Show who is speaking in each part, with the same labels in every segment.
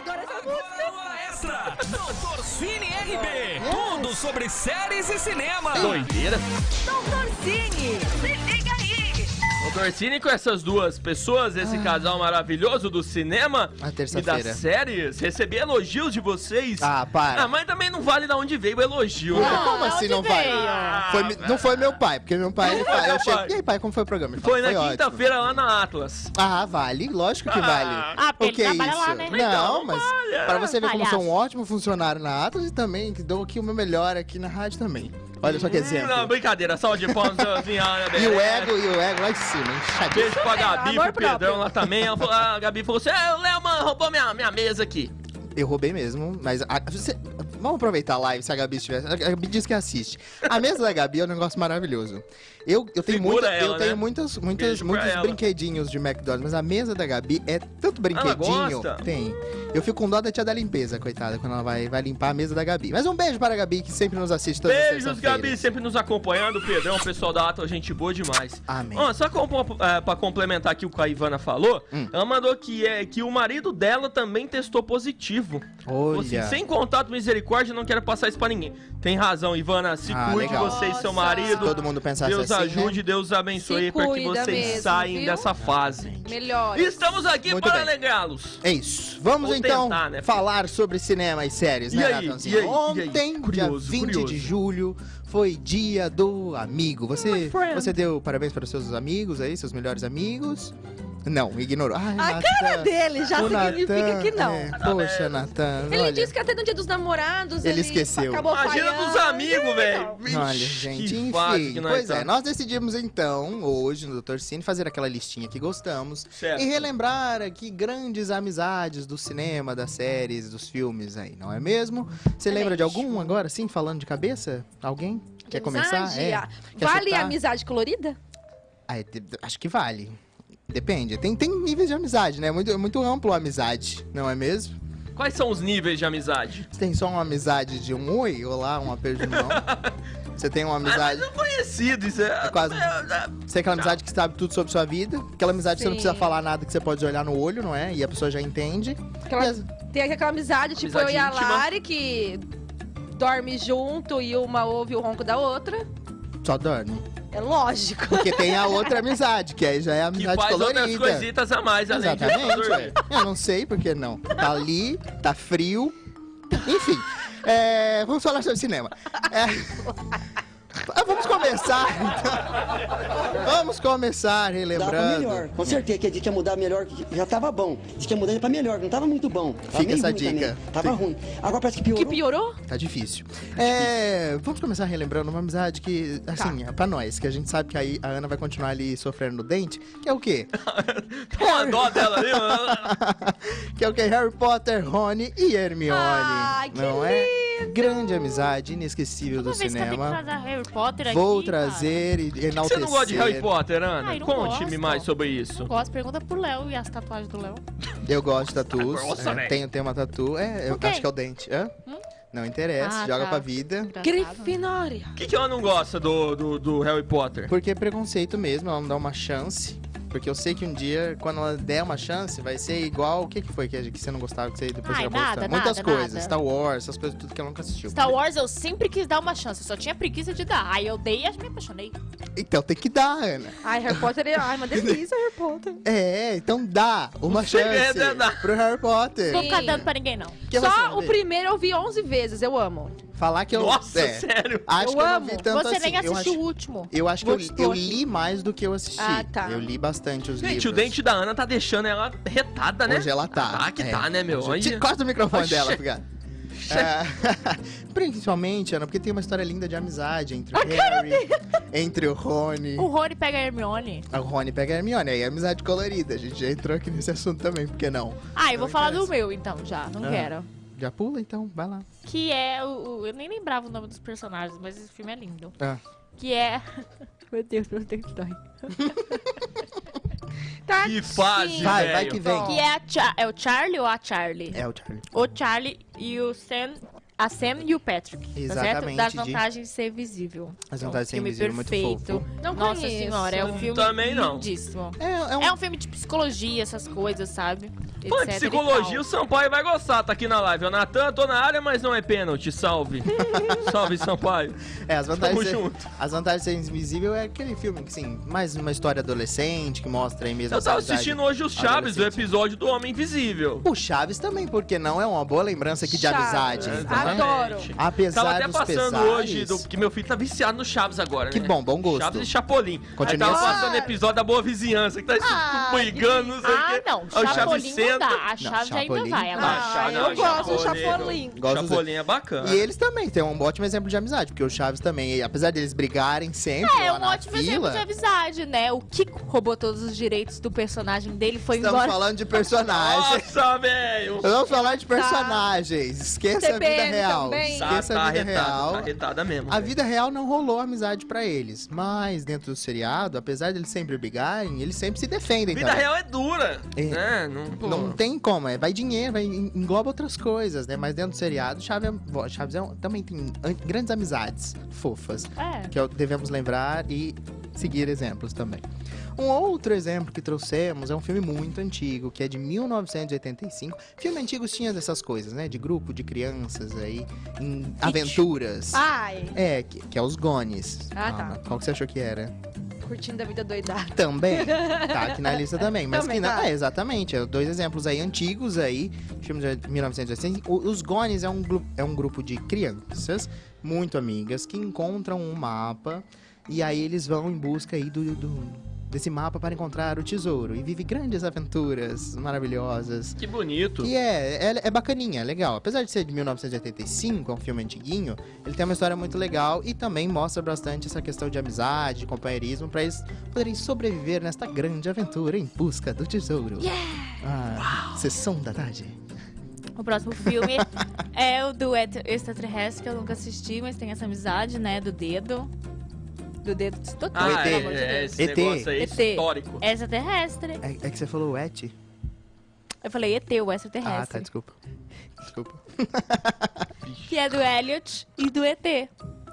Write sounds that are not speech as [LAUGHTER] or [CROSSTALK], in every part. Speaker 1: Agora hora extra. Doutor Cine RB. Tudo sobre séries e cinema.
Speaker 2: Doideira.
Speaker 3: Doutor Cine, se liga aí. Ah.
Speaker 2: Doutor Cine com essas duas pessoas, esse casal maravilhoso do cinema
Speaker 4: Ah,
Speaker 2: e das
Speaker 4: terça-feira.
Speaker 2: séries, recebi elogios de vocês.
Speaker 4: Ah, para.
Speaker 2: Ah, mas também não vale da onde veio o elogio, né?
Speaker 4: Não,
Speaker 5: Ah,
Speaker 4: como assim não vai? Foi mi- não foi meu pai, porque meu pai, ele
Speaker 2: Ah, foi
Speaker 4: fala,
Speaker 2: meu
Speaker 4: eu chego,
Speaker 2: pai.
Speaker 4: e aí pai, como foi o programa? Ele
Speaker 2: Foi
Speaker 4: fala,
Speaker 2: na
Speaker 4: ótimo."
Speaker 2: quinta-feira lá na Atlas.
Speaker 4: Ah, vale, lógico que vale.
Speaker 5: Ah, porque
Speaker 4: o que
Speaker 5: ele
Speaker 4: é
Speaker 5: trabalha
Speaker 4: isso?
Speaker 5: lá, né?
Speaker 4: Não,
Speaker 2: Então,
Speaker 4: mas
Speaker 2: vale,
Speaker 4: pra você ver
Speaker 5: palhaço.
Speaker 4: como sou um ótimo funcionário na Atlas e também que dou aqui o meu melhor aqui na rádio também. Olha só que exemplo.
Speaker 2: Hum, Não, brincadeira, salve de palmas, Ana
Speaker 4: [LAUGHS] E o
Speaker 2: Beleza.
Speaker 4: ego, e o ego lá em cima, enxadinho.
Speaker 2: Beijo pra Gabi,
Speaker 3: amor
Speaker 2: pro Pedrão lá também. Ela falou- A Gabi falou assim: é, o Léo, mano, roubou minha, minha mesa aqui.
Speaker 4: Eu roubei mesmo, mas. a- você- vamos aproveitar a live se a Gabi estiver. A Gabi diz que assiste. A mesa da Gabi é um negócio maravilhoso. Eu, eu tenho, muita,
Speaker 2: Segura
Speaker 4: eu
Speaker 2: ela, né?
Speaker 4: tenho muitas, muitas,
Speaker 2: Beijo pra
Speaker 4: muitos
Speaker 2: ela.
Speaker 4: brinquedinhos de McDonald's, mas a mesa da Gabi é tanto brinquedinho.
Speaker 2: gosta?
Speaker 4: Tem. Eu fico com dó da tia da limpeza, coitada, quando ela vai, vai limpar a mesa da Gabi. Mas um beijo para a Gabi, que sempre nos assiste todas as
Speaker 2: Beijos,
Speaker 4: terças-feiras.
Speaker 2: Gabi, sempre nos acompanhando. Pedrão, o pessoal da Atlas, gente boa demais.
Speaker 4: Amém.
Speaker 2: Ó, só com, eh, pra complementar aqui o que a Ivana falou,
Speaker 4: Hum.
Speaker 2: ela mandou que, é, que o marido dela também testou positivo. Falou assim,
Speaker 4: Olha.
Speaker 2: sem contato, misericórdia, não quero passar isso pra ninguém. Tem razão, Ivana. Se
Speaker 4: Ah,
Speaker 2: cuide
Speaker 4: legal.
Speaker 2: você e seu
Speaker 3: Nossa.
Speaker 2: marido.
Speaker 4: Todo mundo pensasse
Speaker 2: Deus
Speaker 4: assim, né?
Speaker 2: ajude, Deus abençoe
Speaker 3: Se
Speaker 2: para que
Speaker 3: cuida
Speaker 2: vocês
Speaker 3: mesmo,
Speaker 2: saem
Speaker 3: viu?
Speaker 2: dessa fase.
Speaker 3: Melhor.
Speaker 4: é
Speaker 2: Estamos aqui
Speaker 4: Muito
Speaker 2: para
Speaker 4: bem.
Speaker 2: alegrá-los.
Speaker 4: É isso. Vamos
Speaker 2: Vou
Speaker 4: então
Speaker 2: tentar, né,
Speaker 4: falar sobre cinema e séries,
Speaker 2: E
Speaker 4: né,
Speaker 2: aí?
Speaker 4: Natanzinho?
Speaker 2: E aí? E aí?
Speaker 4: Ontem,
Speaker 2: Curioso,
Speaker 4: dia 20
Speaker 2: curioso.
Speaker 4: de julho, foi dia do amigo. Você, você deu parabéns para os seus amigos aí, seus melhores amigos? Não, ignorou. Ai,
Speaker 3: A
Speaker 4: Natan,
Speaker 3: cara dele já
Speaker 4: o
Speaker 3: significa
Speaker 4: Natan,
Speaker 3: que não.
Speaker 4: é, poxa, Natan.
Speaker 3: Ele
Speaker 4: olha,
Speaker 3: disse que até no dia dos namorados
Speaker 4: Ele esqueceu.
Speaker 3: Acabou
Speaker 2: Imagina
Speaker 3: falhando.
Speaker 2: dos amigos, velho.
Speaker 4: Olha,
Speaker 2: Vixe,
Speaker 4: gente,
Speaker 2: que
Speaker 4: enfim.
Speaker 2: fase que nós tá.
Speaker 4: pois é,
Speaker 2: estamos.
Speaker 4: nós decidimos então, hoje, no Dr. Cine, fazer aquela listinha que gostamos
Speaker 2: Certo.
Speaker 4: e relembrar aqui grandes amizades do cinema, das séries, dos filmes aí, não é mesmo? Você lembra de algum agora, sim, falando de cabeça? Alguém? Quer começar?
Speaker 3: Amizade,
Speaker 4: É.
Speaker 3: ah,
Speaker 4: Quer
Speaker 3: Vale
Speaker 4: chutar?
Speaker 3: a amizade colorida?
Speaker 4: Ah, é, te- acho que vale. Depende. Tem, tem níveis de amizade, né? É muito, é muito amplo a amizade, não é mesmo?
Speaker 2: Quais são os níveis de amizade?
Speaker 4: Você tem só uma amizade de um oi, olá, um aperto de
Speaker 3: [LAUGHS]
Speaker 4: mão. Você tem uma
Speaker 2: Ah,
Speaker 4: amizade.
Speaker 2: mas é conhecido, isso é.
Speaker 4: É quase-
Speaker 2: é- é-
Speaker 4: Você é aquela amizade que sabe tudo sobre sua vida. Aquela amizade que você não
Speaker 3: Sim.
Speaker 4: precisa falar nada, que você pode olhar no olho, não é? E a pessoa já entende.
Speaker 3: Aquela-
Speaker 4: E as-
Speaker 3: Tem aquela amizade, tipo
Speaker 2: Amizade
Speaker 3: eu e a
Speaker 2: íntima.
Speaker 3: Lari, que dorme junto e uma ouve o ronco da outra.
Speaker 4: Só dorme.
Speaker 3: É lógico.
Speaker 4: Porque tem a outra amizade, que aí já é a
Speaker 2: que
Speaker 4: amizade
Speaker 2: faz outras
Speaker 4: colorida.
Speaker 2: coisitas a mais, além de
Speaker 4: Exatamente.
Speaker 2: dormir.
Speaker 4: ué. Eu não sei por que não. Tá ali, tá frio. Enfim. é, vamos falar sobre cinema. É, [LAUGHS] ah, vamos começar, então. Vamos começar
Speaker 6: Dava pra
Speaker 4: relembrando.
Speaker 6: melhor. Com certeza que a gente ia mudar melhor, que já tava bom. Diz que ia mudar pra melhor, não tava muito bom. Tava
Speaker 4: Fica
Speaker 6: meio
Speaker 4: essa
Speaker 6: ruim
Speaker 4: dica.
Speaker 6: também. Tava
Speaker 4: Fica.
Speaker 6: ruim. Agora parece que piorou.
Speaker 3: Que piorou?
Speaker 4: Tá difícil. É, vamos começar relembrando uma amizade que, assim,
Speaker 6: Tá.
Speaker 4: é pra nós, que a gente sabe que aí a Ana vai continuar ali sofrendo no dente, que é o quê?
Speaker 2: Dá uma dó
Speaker 4: [LAUGHS]
Speaker 2: dela ali, mano.
Speaker 4: que é o quê? Harry Potter, Rony e Hermione.
Speaker 3: Ah, que
Speaker 4: não é? Grande amizade inesquecível
Speaker 5: Toda
Speaker 4: do
Speaker 5: vez que alguém
Speaker 4: cinema.
Speaker 5: traz a Harry Potter
Speaker 4: Vou
Speaker 5: aqui,
Speaker 4: trazer e
Speaker 2: Você
Speaker 4: enaltecer.
Speaker 2: não gosta de Harry Potter, Ana?
Speaker 5: Ai, não
Speaker 2: Conte-me
Speaker 5: gosto.
Speaker 2: mais sobre
Speaker 5: Cara, não
Speaker 2: isso.
Speaker 5: gosto, pergunta pro Léo e as tatuagens do Léo.
Speaker 4: Eu gosto de tatus.
Speaker 2: Nossa,
Speaker 4: é,
Speaker 2: velho.
Speaker 4: tenho o tema tatu. É, eu
Speaker 5: Ok.
Speaker 4: acho que é o dente. Hã?
Speaker 5: Hum?
Speaker 4: Não interessa,
Speaker 5: Ah,
Speaker 4: joga
Speaker 5: tá.
Speaker 4: pra vida.
Speaker 5: Engraçado, né?
Speaker 3: Grifinória.
Speaker 2: O que, que ela não gosta do, do, do Harry Potter?
Speaker 4: Porque é preconceito mesmo, ela não dá uma chance. Porque eu sei que um dia, quando ela der uma chance, vai ser igual. O que, que foi que, a gente- que você não gostava, que você depois
Speaker 5: Ai,
Speaker 4: acabou
Speaker 5: nada,
Speaker 4: gostando? Muitas
Speaker 5: nada,
Speaker 4: coisas.
Speaker 5: nada.
Speaker 4: Star Wars, essas coisas, tudo que ela nunca assistiu.
Speaker 5: Star Wars eu sempre quis dar uma chance, eu só tinha preguiça de dar. Aí eu dei e me apaixonei.
Speaker 4: Então tem que dar, Ana.
Speaker 3: Ai, Harry Potter é
Speaker 4: [LAUGHS]
Speaker 3: ai, uma delícia, Harry Potter.
Speaker 4: É, então dá uma chance
Speaker 2: segredo é dar.
Speaker 4: pro Harry Potter.
Speaker 5: Não vou
Speaker 3: Sim.
Speaker 5: ficar dando pra ninguém, não.
Speaker 4: Que você
Speaker 3: Só
Speaker 4: não
Speaker 3: o
Speaker 4: vê.
Speaker 3: primeiro eu vi 11 vezes, eu amo.
Speaker 4: Falar que eu.
Speaker 2: Nossa,
Speaker 4: é,
Speaker 2: sério.
Speaker 4: Acho
Speaker 3: Eu
Speaker 4: que eu
Speaker 3: amo.
Speaker 4: não vi tanto
Speaker 5: Você
Speaker 4: assim.
Speaker 5: nem
Speaker 4: eu
Speaker 5: assistiu
Speaker 4: acho,
Speaker 5: o último.
Speaker 4: eu acho que
Speaker 5: Vou
Speaker 4: eu,
Speaker 5: te
Speaker 4: eu
Speaker 5: pôr.
Speaker 4: li mais do que eu assisti.
Speaker 3: Ah, tá.
Speaker 4: Eu li bastante os livros.
Speaker 2: Gente, o dente da Ana tá deixando ela retada, né?
Speaker 4: Hoje ela tá.
Speaker 2: Tá que
Speaker 4: é.
Speaker 2: tá, né, meu?
Speaker 4: Hoje-
Speaker 2: Olha.
Speaker 4: Corta o microfone
Speaker 2: Oxe.
Speaker 4: dela, Fugado. É, [LAUGHS] principalmente, Ana, porque tem uma história linda de amizade entre o Harry, entre o Rony. Ah,
Speaker 5: O Rony pega a Hermione.
Speaker 4: O Rony pega a Hermione, aí é amizade colorida. A gente já entrou aqui nesse assunto também, por que não?
Speaker 5: Ah, eu
Speaker 4: Não
Speaker 5: vou falar do
Speaker 4: interessa.
Speaker 5: meu então já, não
Speaker 4: Ah.
Speaker 5: quero.
Speaker 4: Já pula então, vai lá.
Speaker 5: Que é o, o- Eu nem lembrava o nome dos personagens, mas esse filme é lindo.
Speaker 4: Ah.
Speaker 5: Que é. Meu Deus, meu Deus, dói.
Speaker 3: Tá
Speaker 2: Que fase,
Speaker 4: Vai,
Speaker 2: velho.
Speaker 4: vai que vem.
Speaker 5: Que é, a Cha- é o Charlie ou a Charlie?
Speaker 4: É o Charlie.
Speaker 5: O Charlie e o Sam. A Sam e o Patrick. tá certo?
Speaker 4: Exatamente,
Speaker 5: Das
Speaker 4: Di.
Speaker 5: vantagens de ser visível.
Speaker 4: As
Speaker 5: É um
Speaker 4: vantagens de ser
Speaker 5: filme
Speaker 4: invisível, muito
Speaker 5: perfeito.
Speaker 4: fofo.
Speaker 3: Não
Speaker 5: Nossa
Speaker 3: conheço.
Speaker 5: senhora, é um filme
Speaker 2: Também não.
Speaker 5: lindíssimo.
Speaker 4: É, é um...
Speaker 5: É um filme de psicologia, essas coisas, sabe? etc.
Speaker 2: Pô,
Speaker 5: e tal.
Speaker 2: psicologia, o Sampaio vai gostar. Tá aqui na live. O Natan, tô na área, mas não é pênalti.
Speaker 5: [LAUGHS]
Speaker 2: Salve. Salve, Sampaio.
Speaker 4: É, as vantagens,
Speaker 2: Tamo
Speaker 4: de-
Speaker 2: junto.
Speaker 4: as vantagens de ser invisível é aquele filme que, assim, mais uma história adolescente, que mostra aí mesmo.
Speaker 2: Eu
Speaker 4: a
Speaker 2: tava
Speaker 4: realidade
Speaker 2: assistindo hoje o Chaves, o
Speaker 4: adolescente.
Speaker 2: episódio do Homem Invisível.
Speaker 4: O Chaves também, porque não é uma boa lembrança aqui de
Speaker 3: Chaves.
Speaker 4: amizade.
Speaker 3: É,
Speaker 4: tá?
Speaker 3: exatamente. Adoro.
Speaker 4: Apesar
Speaker 2: Tava até
Speaker 4: dos
Speaker 2: passando
Speaker 4: pesares-
Speaker 2: hoje, do, porque meu filho tá viciado no Chaves agora,
Speaker 4: Que
Speaker 2: né?
Speaker 4: bom, bom gosto.
Speaker 2: Chaves e Chapolin. Aí
Speaker 4: Continua
Speaker 2: tava
Speaker 4: assim.
Speaker 2: passando episódio da Boa Vizinhança, que tá
Speaker 5: Ah,
Speaker 2: brigando, não sei o
Speaker 5: Ah,
Speaker 2: quê.
Speaker 5: não.
Speaker 2: Aí o
Speaker 5: Chapolin não dá. A Chaves ainda
Speaker 4: Chapolin
Speaker 5: vai.
Speaker 4: não.
Speaker 5: Agora,
Speaker 2: Ah,
Speaker 3: Ah,
Speaker 2: Chaves,
Speaker 3: eu
Speaker 2: não,
Speaker 3: gosto do
Speaker 2: Chapolin,
Speaker 3: Chapolin.
Speaker 4: Gosto dos-
Speaker 2: Chapolin é bacana.
Speaker 4: E eles também têm um ótimo exemplo de amizade, porque o Chaves também, e apesar deles brigarem sempre
Speaker 5: É
Speaker 4: lá
Speaker 5: um
Speaker 4: na
Speaker 5: ótimo exemplo
Speaker 4: fila,
Speaker 5: de amizade, né? O Kiko roubou todos os direitos do personagem dele, foi
Speaker 4: estamos
Speaker 5: embora.
Speaker 4: falando de personagens.
Speaker 2: [LAUGHS] Nossa, velho!
Speaker 4: Vamos falar
Speaker 5: Tá.
Speaker 4: de personagens. Esqueça a vida
Speaker 3: TPM
Speaker 4: real.
Speaker 3: também.
Speaker 2: Tá,
Speaker 4: Esqueça
Speaker 2: tá
Speaker 4: a vida real.
Speaker 2: arretada, tá arretada mesmo.
Speaker 4: A
Speaker 2: velho.
Speaker 4: vida real não rolou amizade pra eles, mas dentro do seriado, apesar deles sempre brigarem, eles sempre se defendem.
Speaker 2: Vida
Speaker 4: também.
Speaker 2: real é dura,
Speaker 4: É.
Speaker 2: né? Não, pô.
Speaker 4: Não tem como, é, vai dinheiro, vai, en- engloba outras coisas, né? Mas dentro do seriado, Chaves, é- vo- Chaves é um- também tem an- grandes amizades fofas,
Speaker 5: É.
Speaker 4: que é o- devemos lembrar e seguir exemplos também. Um outro exemplo que trouxemos é um filme muito antigo, que é de 1985. Filme antigo tinha essas coisas, né? De grupo de crianças aí, em aventuras.
Speaker 3: Ai,
Speaker 4: É, que, que é os Gones.
Speaker 3: Ah,
Speaker 4: Calma,
Speaker 3: tá.
Speaker 4: Qual que você achou que era?
Speaker 3: curtindo a vida doidada.
Speaker 4: Também. Tá aqui na lista também. Mas
Speaker 3: Também
Speaker 4: que não.
Speaker 3: tá.
Speaker 4: É, exatamente. é Dois exemplos aí antigos aí. Filmes de 1960. O- Os Gones é um, glu- é um grupo de crianças muito amigas que encontram um mapa e aí eles vão em busca aí do. do- desse mapa para encontrar o tesouro e vive grandes aventuras maravilhosas
Speaker 2: Que bonito.
Speaker 4: e é, é, é bacaninha, é legal. Apesar de ser de 1985, é um filme antiguinho, ele tem uma história muito legal e também mostra bastante essa questão de amizade, de companheirismo, pra eles poderem sobreviver nesta grande aventura em busca do tesouro.
Speaker 5: Yeah!
Speaker 4: Ah, Sessão da tarde.
Speaker 5: O próximo
Speaker 4: [LAUGHS]
Speaker 5: filme é o do et- extraterrestre, que eu nunca assisti, mas tem essa amizade, né? Do dedo. Do dedo de todo
Speaker 2: Ah,
Speaker 5: mundo,
Speaker 4: ET.
Speaker 2: é,
Speaker 5: pelo amor de
Speaker 2: é,
Speaker 5: Deus.
Speaker 2: esse
Speaker 4: ET.
Speaker 2: negócio aí é
Speaker 5: ET.
Speaker 2: histórico.
Speaker 5: Extraterrestre.
Speaker 4: É, é que você falou et?
Speaker 5: Eu falei ET, o
Speaker 3: É
Speaker 5: extraterrestre.
Speaker 4: Ah, tá, desculpa. Desculpa.
Speaker 5: Que é do Elliot e do ET,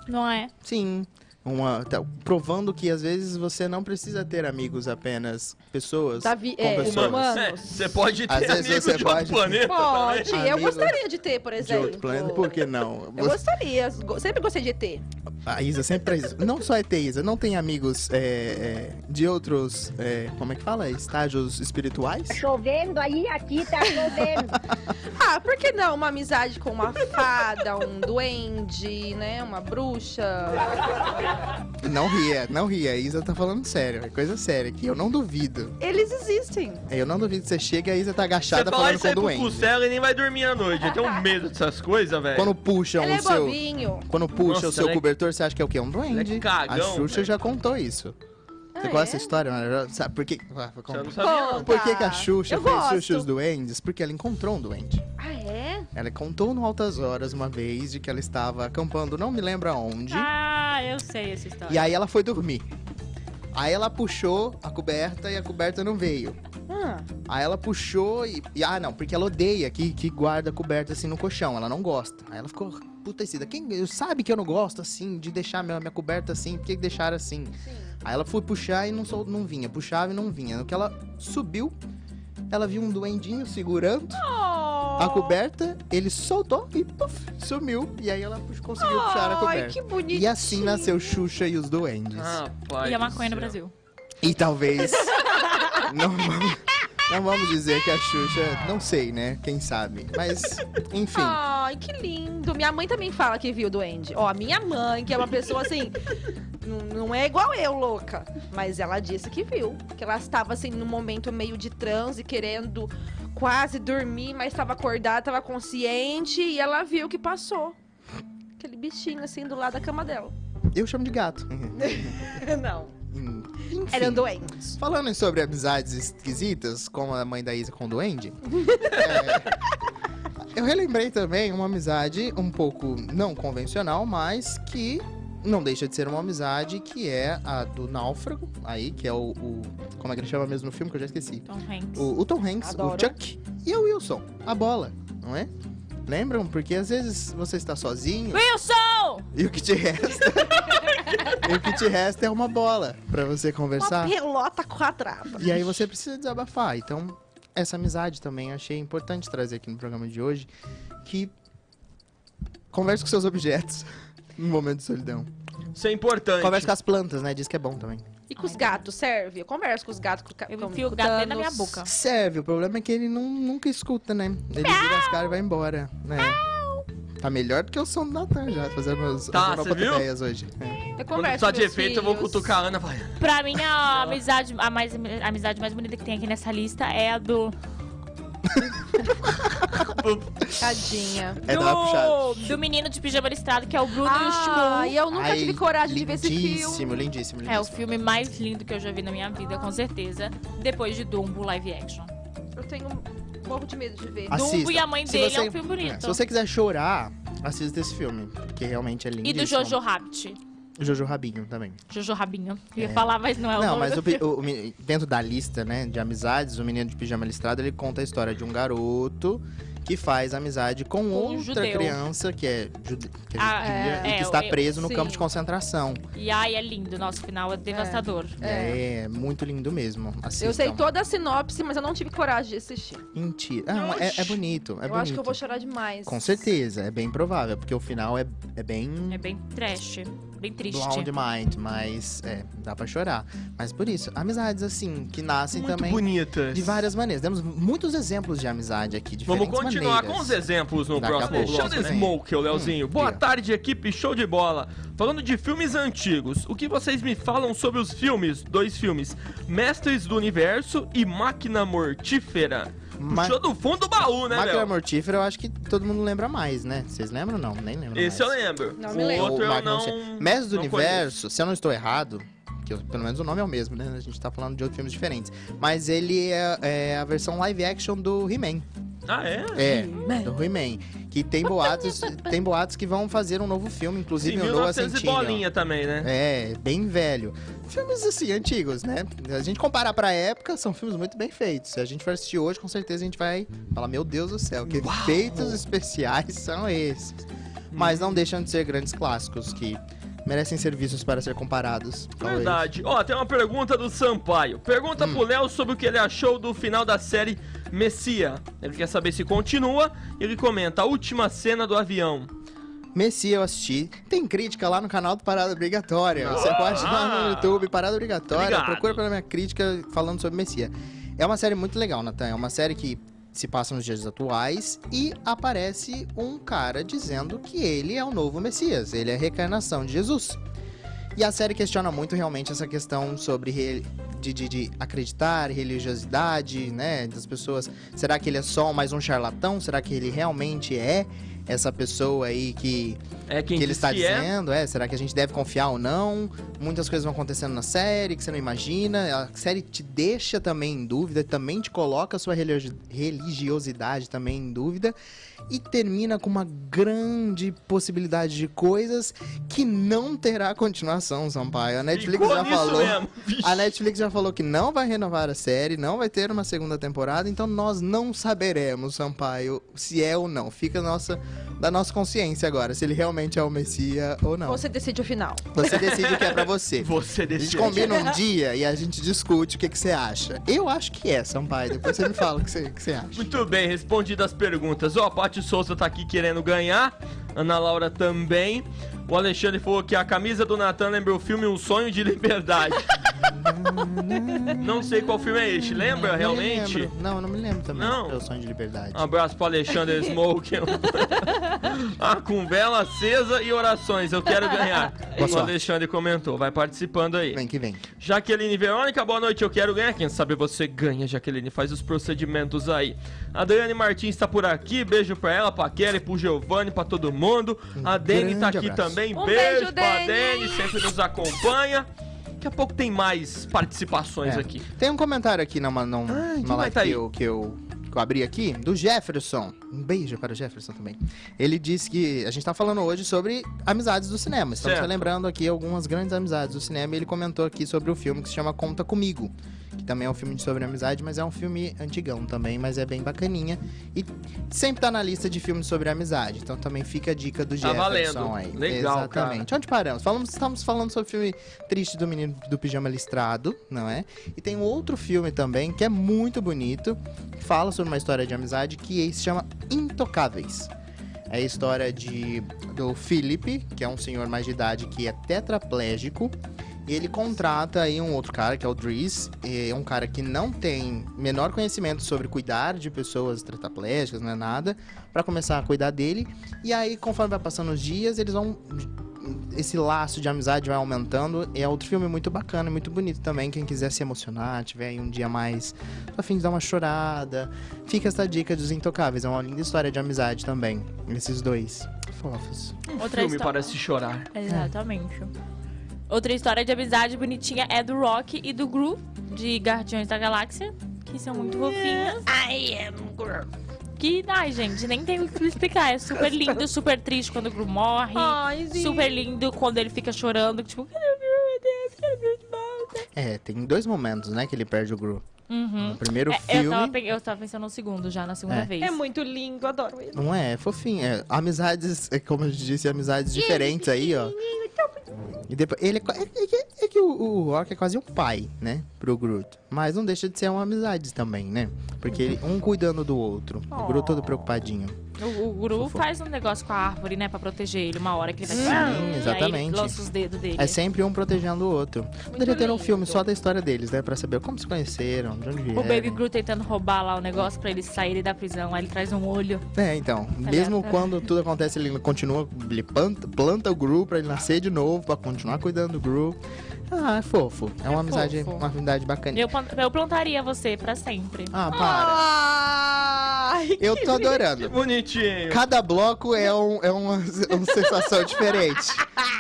Speaker 5: não é?
Speaker 4: Sim. Uma, tá, provando que às vezes você não precisa ter amigos apenas, pessoas.
Speaker 3: Davi, é,
Speaker 4: Conversamos.
Speaker 3: humanos.
Speaker 2: É, Você pode ter
Speaker 4: Às vezes
Speaker 2: amigos
Speaker 4: você
Speaker 2: de
Speaker 4: pode-
Speaker 2: outro planeta tá? também.
Speaker 3: Pode, eu
Speaker 4: Amigos
Speaker 3: gostaria de ter, por
Speaker 4: de
Speaker 3: exemplo. É
Speaker 4: outro planeta, por que não?
Speaker 3: Eu gostaria, go- sempre gostei de ter.
Speaker 4: A Isa sempre traz isso. Não só ET, Isa, não tem amigos é, é, de outros. é, como é que fala? Estágios espirituais?
Speaker 7: Chovendo aí, aqui tá chovendo.
Speaker 3: Ah, por que não uma amizade com uma fada, um duende, né? Uma bruxa.
Speaker 4: Não ria, não ria. A Isa tá falando sério, é coisa séria aqui. Eu não duvido.
Speaker 3: Eles existem.
Speaker 4: É, Eu não duvido que você chega e a Isa tá
Speaker 2: Você
Speaker 4: agachada falando
Speaker 2: fala isso
Speaker 4: com o
Speaker 2: aí pro
Speaker 4: doente.
Speaker 2: Cucela e nem vai dormir à noite. Eu tenho medo dessas coisas, velho.
Speaker 4: Quando puxam
Speaker 3: Ele
Speaker 4: Então, o
Speaker 3: é
Speaker 4: seu.
Speaker 3: bobinho.
Speaker 4: Quando puxa
Speaker 2: Nossa,
Speaker 4: o seu
Speaker 2: ele é-
Speaker 4: cobertor, você acha que é o quê? Um duende?
Speaker 2: Ele é cagão,
Speaker 4: a Xuxa
Speaker 2: velho.
Speaker 4: já contou isso. Você gosta
Speaker 3: Ah, é?
Speaker 4: dessa história? mano? Sabe por quê? Ah, vou
Speaker 2: Você
Speaker 4: contar.
Speaker 2: não sabia, não.
Speaker 3: Conta.
Speaker 4: Por que, que a Xuxa
Speaker 3: Tá. Eu
Speaker 4: fez
Speaker 3: gosto.
Speaker 4: Xuxa e os duendes? Porque ela encontrou um duende.
Speaker 3: Ah, é?
Speaker 4: Ela contou no Altas Horas uma vez de que ela estava acampando, não me lembro aonde.
Speaker 5: Ah, eu sei essa história.
Speaker 4: E aí ela foi dormir. Aí ela puxou a coberta e a coberta não veio.
Speaker 3: Ah,
Speaker 4: Aí ela puxou e. e- ah, não, porque ela odeia que, que guarda a coberta assim no colchão. Ela não gosta. Aí ela ficou putecida. Quem eu- sabe que eu não gosto assim de deixar minha, minha coberta assim? Por que que deixaram assim? Aí ela foi puxar e não, sol, não vinha. Puxava e não vinha. No que ela subiu, ela viu um duendinho segurando
Speaker 3: Oh.
Speaker 4: a coberta, ele soltou e puff, sumiu. E aí ela pux- conseguiu puxar a
Speaker 3: Ai,
Speaker 4: coberta.
Speaker 3: que bonitinho.
Speaker 4: E assim nasceu Xuxa e os Duendes.
Speaker 2: Rapaz.
Speaker 5: E a
Speaker 2: do
Speaker 5: maconha no
Speaker 2: céu.
Speaker 5: Brasil.
Speaker 4: E talvez. não, vamos, não vamos dizer que a Xuxa. Não sei, né? Quem sabe. Mas, enfim.
Speaker 3: Ai, que lindo. Minha mãe também fala que viu o duende. Ó, a minha mãe, que é uma pessoa [LAUGHS] assim, n- não é igual eu, louca. Mas ela disse que viu. Que ela estava assim, num momento meio de transe, querendo quase dormir, mas estava acordada, estava consciente. E ela viu que passou. Aquele bichinho assim do lado da cama dela.
Speaker 4: Eu chamo de gato.
Speaker 3: [LAUGHS] não.
Speaker 4: Enfim.
Speaker 3: Eram doentes.
Speaker 4: Falando sobre amizades esquisitas, como a mãe da Isa com o Duende, é, eu relembrei também uma amizade um pouco não convencional, mas que não deixa de ser uma amizade, que é a do Náufrago, aí, que é o. o- como é que ele chama mesmo no filme que eu já esqueci?
Speaker 5: Tom Hanks.
Speaker 4: O, o Tom Hanks,
Speaker 3: Adoro.
Speaker 4: o Chuck e o Wilson, a bola, não é? Lembram? Porque às vezes você está sozinho
Speaker 5: Wilson!
Speaker 4: e o que te resta. [LAUGHS] e o que te resta é uma bola pra você
Speaker 3: Uma
Speaker 4: conversar.
Speaker 3: pelota com a trava.
Speaker 4: E aí você precisa desabafar. Então, essa amizade também. Achei importante trazer aqui no programa de hoje que converse com seus objetos [LAUGHS] no momento de solidão.
Speaker 2: Isso é importante.
Speaker 4: Converse com as plantas, né? Diz que é bom também.
Speaker 3: E com os gatos, serve? Eu converso com os gatos. Com, ca-
Speaker 5: Eu
Speaker 3: com-
Speaker 5: enfio o
Speaker 3: com
Speaker 5: gato dentro da minha
Speaker 3: Thanos.
Speaker 5: boca.
Speaker 4: Serve, o problema é que ele não, nunca escuta, né? Ele vira as caras e vai embora, né? Tá melhor do que o som do Natan já, fazendo as,
Speaker 2: Tá,
Speaker 4: as
Speaker 2: cê viu?
Speaker 4: onomatopeias hoje. É.
Speaker 3: Eu
Speaker 2: Quando precisar
Speaker 3: converso com
Speaker 2: de
Speaker 3: meus
Speaker 2: efeito, eu vou
Speaker 3: filhos.
Speaker 2: cutucar a Ana. Vai.
Speaker 5: Pra mim, é a amizade, a, mais, a amizade mais bonita que tem aqui nessa lista é a do.
Speaker 3: Tadinha.
Speaker 4: É dar uma puxada.
Speaker 5: do, do menino de pijama listrado, que é o Bruno e o
Speaker 3: Ah,
Speaker 5: Shmoo.
Speaker 3: e eu nunca
Speaker 4: Ai,
Speaker 3: tive coragem de ver esse filme.
Speaker 4: Lindíssimo, lindíssimo, lindíssimo.
Speaker 5: É o
Speaker 4: [LAUGHS]
Speaker 5: filme mais lindo que eu já vi na minha vida, com certeza. Depois de Dumbo live action.
Speaker 3: Eu tenho um pouco de medo de ver.
Speaker 5: Dumbo
Speaker 4: Assista.
Speaker 5: e a mãe
Speaker 4: Se
Speaker 5: dele é
Speaker 4: você-
Speaker 5: um filme bonito.
Speaker 4: É, se você quiser chorar, assista esse filme, porque realmente é lindo.
Speaker 5: E do Jojo Rabbit.
Speaker 4: Jojo Rabinho também.
Speaker 5: Jojo Rabinho. Eu ia
Speaker 4: É.
Speaker 5: falar, mas não é o
Speaker 4: Não,
Speaker 5: nome
Speaker 4: mas
Speaker 5: do
Speaker 4: o pe-
Speaker 5: filme.
Speaker 4: o- o meni- dentro da lista, né, de amizades, o menino de pijama listrado, ele conta a história de um garoto que faz amizade com outra
Speaker 5: judeu.
Speaker 4: criança que é, jude- que é
Speaker 5: Ah,
Speaker 4: judia
Speaker 5: é,
Speaker 4: e
Speaker 5: é,
Speaker 4: que está
Speaker 5: eu-
Speaker 4: preso no
Speaker 3: sim.
Speaker 4: campo de concentração.
Speaker 5: E ai, é lindo. Nosso final é devastador.
Speaker 4: É, muito lindo mesmo.
Speaker 3: Eu sei
Speaker 4: todo.
Speaker 3: toda a sinopse, mas eu não tive coragem de assistir.
Speaker 4: Mentira. Ah, é, é bonito, é
Speaker 3: eu
Speaker 4: bonito.
Speaker 3: acho que eu vou chorar demais.
Speaker 4: Com certeza, é bem provável, porque o final é, é bem...
Speaker 5: É bem trash. Bem triste.
Speaker 4: Blound Mind, mas é, dá pra chorar. Mas por isso, amizades assim, que nascem
Speaker 2: Muito
Speaker 4: também
Speaker 2: bonitas.
Speaker 4: de várias maneiras. Temos muitos exemplos de amizade aqui, diferentes
Speaker 2: Vamos continuar
Speaker 4: maneiras.
Speaker 2: com os exemplos no
Speaker 4: Daqui a
Speaker 2: próximo
Speaker 4: pouco,
Speaker 2: Show
Speaker 4: né?
Speaker 2: de Smoke, ô Leozinho.
Speaker 4: Hum,
Speaker 2: Boa
Speaker 4: diga.
Speaker 2: tarde, equipe Show de Bola. Falando de filmes antigos, o que vocês me falam sobre os filmes? Dois filmes: Mestres do Universo e Máquina Mortífera.
Speaker 4: Ma-
Speaker 2: Puxou do fundo do baú, né,
Speaker 4: Máquina
Speaker 2: Léo?
Speaker 4: Mortífera, eu acho que todo mundo lembra mais, né? Vocês lembram? Não, nem lembro
Speaker 2: Esse eu
Speaker 4: mais.
Speaker 2: lembro.
Speaker 3: Não me
Speaker 2: o
Speaker 3: lembro.
Speaker 2: outro eu
Speaker 4: Máquina
Speaker 2: não.
Speaker 4: Mortífera. Mestre do
Speaker 2: não
Speaker 4: Universo, se eu não estou errado, que eu- pelo menos o nome é o mesmo, né? A gente tá falando de outros filmes diferentes. Mas ele é, é a versão live action do He-Man.
Speaker 2: conheço. Ah, é?
Speaker 4: É, do He-Man. Que tem boatos, tem boatos que vão fazer um novo filme, inclusive assim,
Speaker 2: Em
Speaker 4: o Noah
Speaker 2: 1900 e
Speaker 4: Centineo.
Speaker 2: bolinha também, né?
Speaker 4: É, bem velho. Filmes assim, antigos, né? A gente comparar pra época, são filmes muito bem feitos. Se a gente for assistir hoje, com certeza a gente vai falar: Meu Deus do céu, que efeitos especiais [LAUGHS] são esses. Mas não deixam de ser grandes clássicos que merecem serviços para ser comparados. talvez.
Speaker 2: Verdade. Ó, tem uma pergunta do Sampaio. Pergunta
Speaker 4: Hum.
Speaker 2: pro Léo sobre o que ele achou do final da série Messia. Ele quer saber se continua. Ele comenta a última cena do avião.
Speaker 4: Messi, eu assisti. Tem crítica lá no canal do Parada Obrigatória. Você pode ir lá no YouTube, Parada Obrigatória.
Speaker 2: Obrigado.
Speaker 4: Procura pela minha crítica falando sobre Messia. É uma série muito legal, Natan. É uma série que se passa nos dias atuais e aparece um cara dizendo que ele é o novo Messias. Ele é a reencarnação de Jesus. E a série questiona muito realmente essa questão sobre re- de, de- de acreditar, religiosidade, né? Das pessoas. Será que ele é só mais um charlatão? Será que ele realmente é essa pessoa aí que,
Speaker 2: É quem
Speaker 4: que ele
Speaker 2: diz
Speaker 4: está
Speaker 2: que é.
Speaker 4: dizendo? É? Será que a gente deve confiar ou não? Muitas coisas vão acontecendo na série que você não imagina. A série te deixa também em dúvida, também te coloca a sua religi- religiosidade também em dúvida. E termina com uma grande possibilidade de coisas que não terá continuação, Sampaio. A Netflix
Speaker 2: Ficou
Speaker 4: já
Speaker 2: nisso
Speaker 4: falou.
Speaker 2: mesmo. Vixe.
Speaker 4: A Netflix já falou que não vai renovar a série, não vai ter uma segunda temporada, então nós não saberemos, Sampaio, se é ou não. Fica nossa, da nossa consciência agora, se ele realmente é o Messias ou não.
Speaker 3: Você decide o final.
Speaker 4: Você decide o que é pra você.
Speaker 2: [LAUGHS] Você
Speaker 4: A gente
Speaker 2: decide.
Speaker 4: combina um dia e a gente discute o que, que você acha. Eu acho que é, Sampaio. Depois você me fala o que você, o que você acha.
Speaker 2: Muito bem, respondidas as perguntas. Ó, a Paty Souza tá aqui querendo ganhar. Ana Laura também. O Alexandre falou que a camisa do Natan lembra o filme Um Sonho
Speaker 4: [LAUGHS]
Speaker 2: de Liberdade. não sei qual filme é este, lembra
Speaker 4: Não me
Speaker 2: realmente?
Speaker 4: lembro. Não, eu não me lembro também.
Speaker 2: Não.
Speaker 4: É o sonho de liberdade.
Speaker 2: Um abraço pro Alexandre Smoke. ah, com vela acesa e orações. Eu quero ganhar.
Speaker 4: Boa
Speaker 2: O
Speaker 4: sorte.
Speaker 2: Alexandre comentou. Vai participando aí.
Speaker 4: Vem que vem.
Speaker 2: Jaqueline Verônica, boa noite, eu quero ganhar. Quem sabe você ganha, Jaqueline, faz os procedimentos aí. A Daiane Martins tá por aqui, beijo pra ela, pra Kelly, pro Giovanni, pra todo mundo. a Dani tá
Speaker 4: Um grande
Speaker 2: aqui
Speaker 4: abraço.
Speaker 2: também,
Speaker 3: Um
Speaker 2: beijo,
Speaker 3: beijo,
Speaker 2: pra
Speaker 3: Dani.
Speaker 2: Dani, sempre nos acompanha. Daqui a pouco tem mais participações
Speaker 4: É.
Speaker 2: aqui.
Speaker 4: Tem um comentário aqui na, na, na
Speaker 2: quem vai
Speaker 4: live
Speaker 2: tá
Speaker 4: que,
Speaker 2: aí?
Speaker 4: eu, que, eu, que eu abri aqui, do Jefferson. Um beijo para o Jefferson também. Ele disse que a gente tá falando hoje sobre amizades do cinema. Estamos
Speaker 2: Certo.
Speaker 4: relembrando aqui algumas grandes amizades do cinema. E ele comentou aqui sobre o filme que se chama Conta Comigo. que também é um filme de sobre amizade, mas é um filme antigão também, mas é bem bacaninha. E sempre tá na lista de filmes sobre amizade, então também fica a dica do
Speaker 2: Tá
Speaker 4: Jefferson
Speaker 2: valendo.
Speaker 4: aí.
Speaker 2: Legal,
Speaker 4: Exatamente. Onde paramos? Falamos, estamos falando sobre o filme triste do menino do pijama listrado, não é? E tem um outro filme também que é muito bonito, que fala sobre uma história de amizade que se chama Intocáveis. É a história de, do Felipe, que é um senhor mais de idade que é tetraplégico. E ele contrata aí um outro cara, que é o Dries, é um cara que não tem menor conhecimento sobre cuidar de pessoas tetraplégicas, não é nada, pra começar a cuidar dele. E aí, conforme vai passando os dias, eles vão. Esse laço de amizade vai aumentando. É outro filme muito bacana, muito bonito também. Quem quiser se emocionar, tiver aí um dia mais a fim de dar uma chorada, fica essa dica dos Intocáveis. É uma linda história de amizade também. Esses dois. Fofos.
Speaker 2: Um
Speaker 8: Outra
Speaker 2: filme
Speaker 8: história.
Speaker 2: para se chorar.
Speaker 8: Exatamente. Outra história de amizade bonitinha é do Rock e do Gru, de Guardiões da Galáxia, que são muito fofinhos. I am Gru. Que, ai, gente, nem tem o que explicar. É super lindo, super triste quando o Gru morre.
Speaker 3: Ai, gente.
Speaker 8: super lindo quando ele fica chorando, tipo, quero meu Deus, quero meu irmão.
Speaker 4: É, tem dois momentos, né, que ele perde o Gru.
Speaker 8: Uhum.
Speaker 4: No primeiro
Speaker 8: É, eu, tava,
Speaker 4: filme.
Speaker 8: pe- eu tava pensando no segundo já, na segunda
Speaker 4: É.
Speaker 8: vez.
Speaker 3: É muito lindo, adoro ele.
Speaker 4: Não é, é fofinho. É, amizades, é como eu disse, amizades diferentes aí, ó. E depois, ele é, qua- é, que- é que- é que o, o Rock é quase um pai, né, pro Groot. Mas não deixa de ser uma amizade também, né? Porque ele, um cuidando do outro. O Groot todo preocupadinho.
Speaker 8: O, o Gru
Speaker 4: Fofo.
Speaker 8: faz um negócio com a árvore, né? Pra proteger ele uma hora que ele vai
Speaker 4: Sim,
Speaker 8: E aí ele
Speaker 4: exatamente.
Speaker 8: lança os dedos dele.
Speaker 4: É sempre um protegendo o outro. Poderia ter um
Speaker 8: lindo.
Speaker 4: filme só da história deles, né? Pra saber como se conheceram, de onde vieram.
Speaker 8: O Baby Groot tentando roubar lá o negócio pra ele sair da prisão. Aí ele traz um olho.
Speaker 4: É, então. Mesmo
Speaker 8: Aleatório.
Speaker 4: quando tudo acontece, ele continua. Ele planta, planta o Gru pra ele nascer de novo, pra continuar cuidando do Gru. Ah, é fofo. É, uma amizade,
Speaker 8: fofo.
Speaker 4: uma afinidade bacana.
Speaker 8: Eu, plant- eu plantaria você pra sempre.
Speaker 4: Ah, para.
Speaker 3: Ai,
Speaker 4: Eu tô
Speaker 2: Que
Speaker 4: adorando.
Speaker 2: bonitinho.
Speaker 4: Cada bloco é, um, é uma, uma sensação diferente.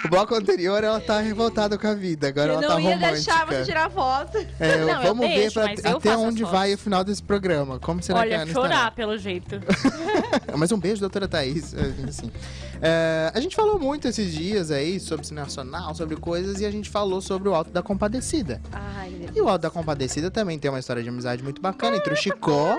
Speaker 4: O bloco anterior, ela tá revoltada com a vida. Agora
Speaker 3: eu
Speaker 4: ela tá
Speaker 3: não ia
Speaker 4: romântica.
Speaker 3: deixar você tirar foto.
Speaker 4: É,
Speaker 8: Não, eu
Speaker 4: vamos ver
Speaker 8: deixo,
Speaker 4: pra-
Speaker 8: mas eu
Speaker 4: até
Speaker 8: faço as
Speaker 4: onde
Speaker 8: fotos.
Speaker 4: vai o final desse programa. Como será que
Speaker 8: Olha,
Speaker 4: ela
Speaker 8: chorar pelo jeito.
Speaker 4: [LAUGHS] Mas um beijo, doutora Thaís. É, Assim. É, a gente falou muito esses dias aí sobre cinema nacional, sobre coisas, e a gente falou sobre o Alto da Compadecida.
Speaker 3: Ai,
Speaker 4: E o Alto da Compadecida também tem uma história de amizade muito bacana entre o Chicó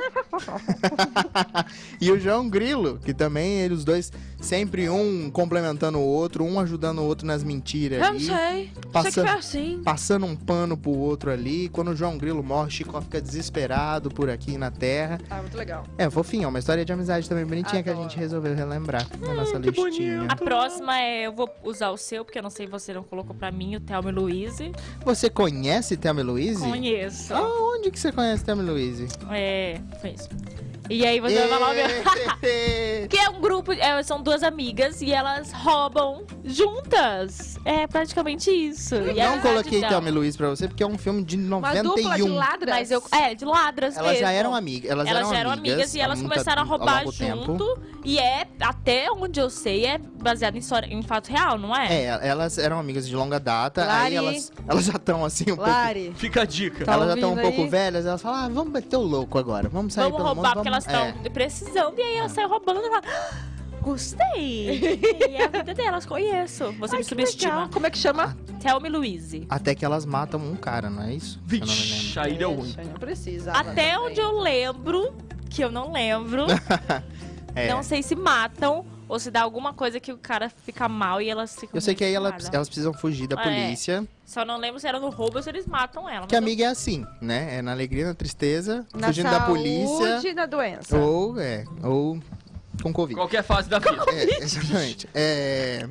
Speaker 4: [LAUGHS] e o João Grilo, que também eles dois, sempre um complementando o outro, um ajudando o outro nas mentiras.
Speaker 3: eu não
Speaker 4: ali,
Speaker 3: sei. Sei que
Speaker 4: Passando,
Speaker 3: foi assim.
Speaker 4: passando um pano pro outro ali. Quando o João Grilo morre, o Chicó fica desesperado por aqui na terra.
Speaker 3: Ah, muito legal.
Speaker 4: É, fofinho, é uma história de amizade também bonitinha que a
Speaker 3: Adoro.
Speaker 4: gente resolveu relembrar na
Speaker 8: Hum,
Speaker 4: nossa listinha.
Speaker 8: A próxima é... Eu vou usar o seu, porque eu não sei, você não colocou pra mim, o Thelma e Louise.
Speaker 4: Você conhece Thelma e Louise?
Speaker 8: Conheço.
Speaker 4: Aonde que você conhece Thelma e Louise?
Speaker 8: É, foi isso. E aí você vai falar o meu... Que é um grupo, é, são duas amigas e elas roubam juntas. É praticamente isso. [LAUGHS] E é
Speaker 4: Não
Speaker 8: verdade,
Speaker 4: coloquei
Speaker 8: então.
Speaker 4: Thelma e Louise pra você porque é um filme de
Speaker 3: Uma dupla de
Speaker 4: 91.
Speaker 3: ladras.
Speaker 8: Mas eu. É, de ladras
Speaker 4: Elas já
Speaker 8: mesmo.
Speaker 4: eram amigas. Elas,
Speaker 8: Elas
Speaker 4: eram,
Speaker 8: já eram amigas, e
Speaker 4: há
Speaker 8: elas
Speaker 4: muito-
Speaker 8: começaram a
Speaker 4: há
Speaker 8: roubar
Speaker 4: longo tempo.
Speaker 8: junto. E é, até onde eu sei, é baseado em, história- em fato real, não é?
Speaker 4: É, elas eram amigas de longa data.
Speaker 3: Lari.
Speaker 4: Aí elas, elas já estão assim um pouco
Speaker 3: Lari.
Speaker 2: Fica a dica.
Speaker 3: Tá
Speaker 4: elas já estão um
Speaker 3: ouvindo
Speaker 4: pouco
Speaker 3: aí?
Speaker 4: velhas, elas falam, ah, vamos meter o louco agora, vamos sair
Speaker 8: Vamos
Speaker 4: pelo
Speaker 8: roubar,
Speaker 4: mundo,
Speaker 8: porque elas
Speaker 4: vamos... É,
Speaker 8: estão precisando. E aí elas saem roubando e falam, "Ah,
Speaker 4: [LAUGHS]
Speaker 8: gostei. e é a vida delas, conheço. Você me subestima.
Speaker 3: Legal. Como é que chama?
Speaker 8: Tell me, Louise.
Speaker 4: É, até que elas matam um cara, não é isso? Se eu não me lembro.
Speaker 2: Vixe, aí deu ruim.
Speaker 3: Poxa, Não precisa.
Speaker 8: Até onde eu lembro, que eu não lembro,
Speaker 4: [LAUGHS] É.
Speaker 8: não sei se matam ou se dá alguma coisa que o cara fica mal e elas ficam.
Speaker 4: Eu sei que aí ela-
Speaker 8: desesperadas.
Speaker 4: elas precisam fugir da
Speaker 8: É.
Speaker 4: polícia.
Speaker 8: Só não lembro se era no roubo ou se eles matam ela. mas
Speaker 4: Que
Speaker 8: eu-
Speaker 4: amiga é assim, né? É na alegria, na tristeza,
Speaker 3: Na
Speaker 4: fugindo
Speaker 3: saúde,
Speaker 4: da polícia.
Speaker 3: na doença.
Speaker 4: Ou, é, ou com Covid.
Speaker 2: Qualquer fase da vida.
Speaker 4: É, exatamente. É...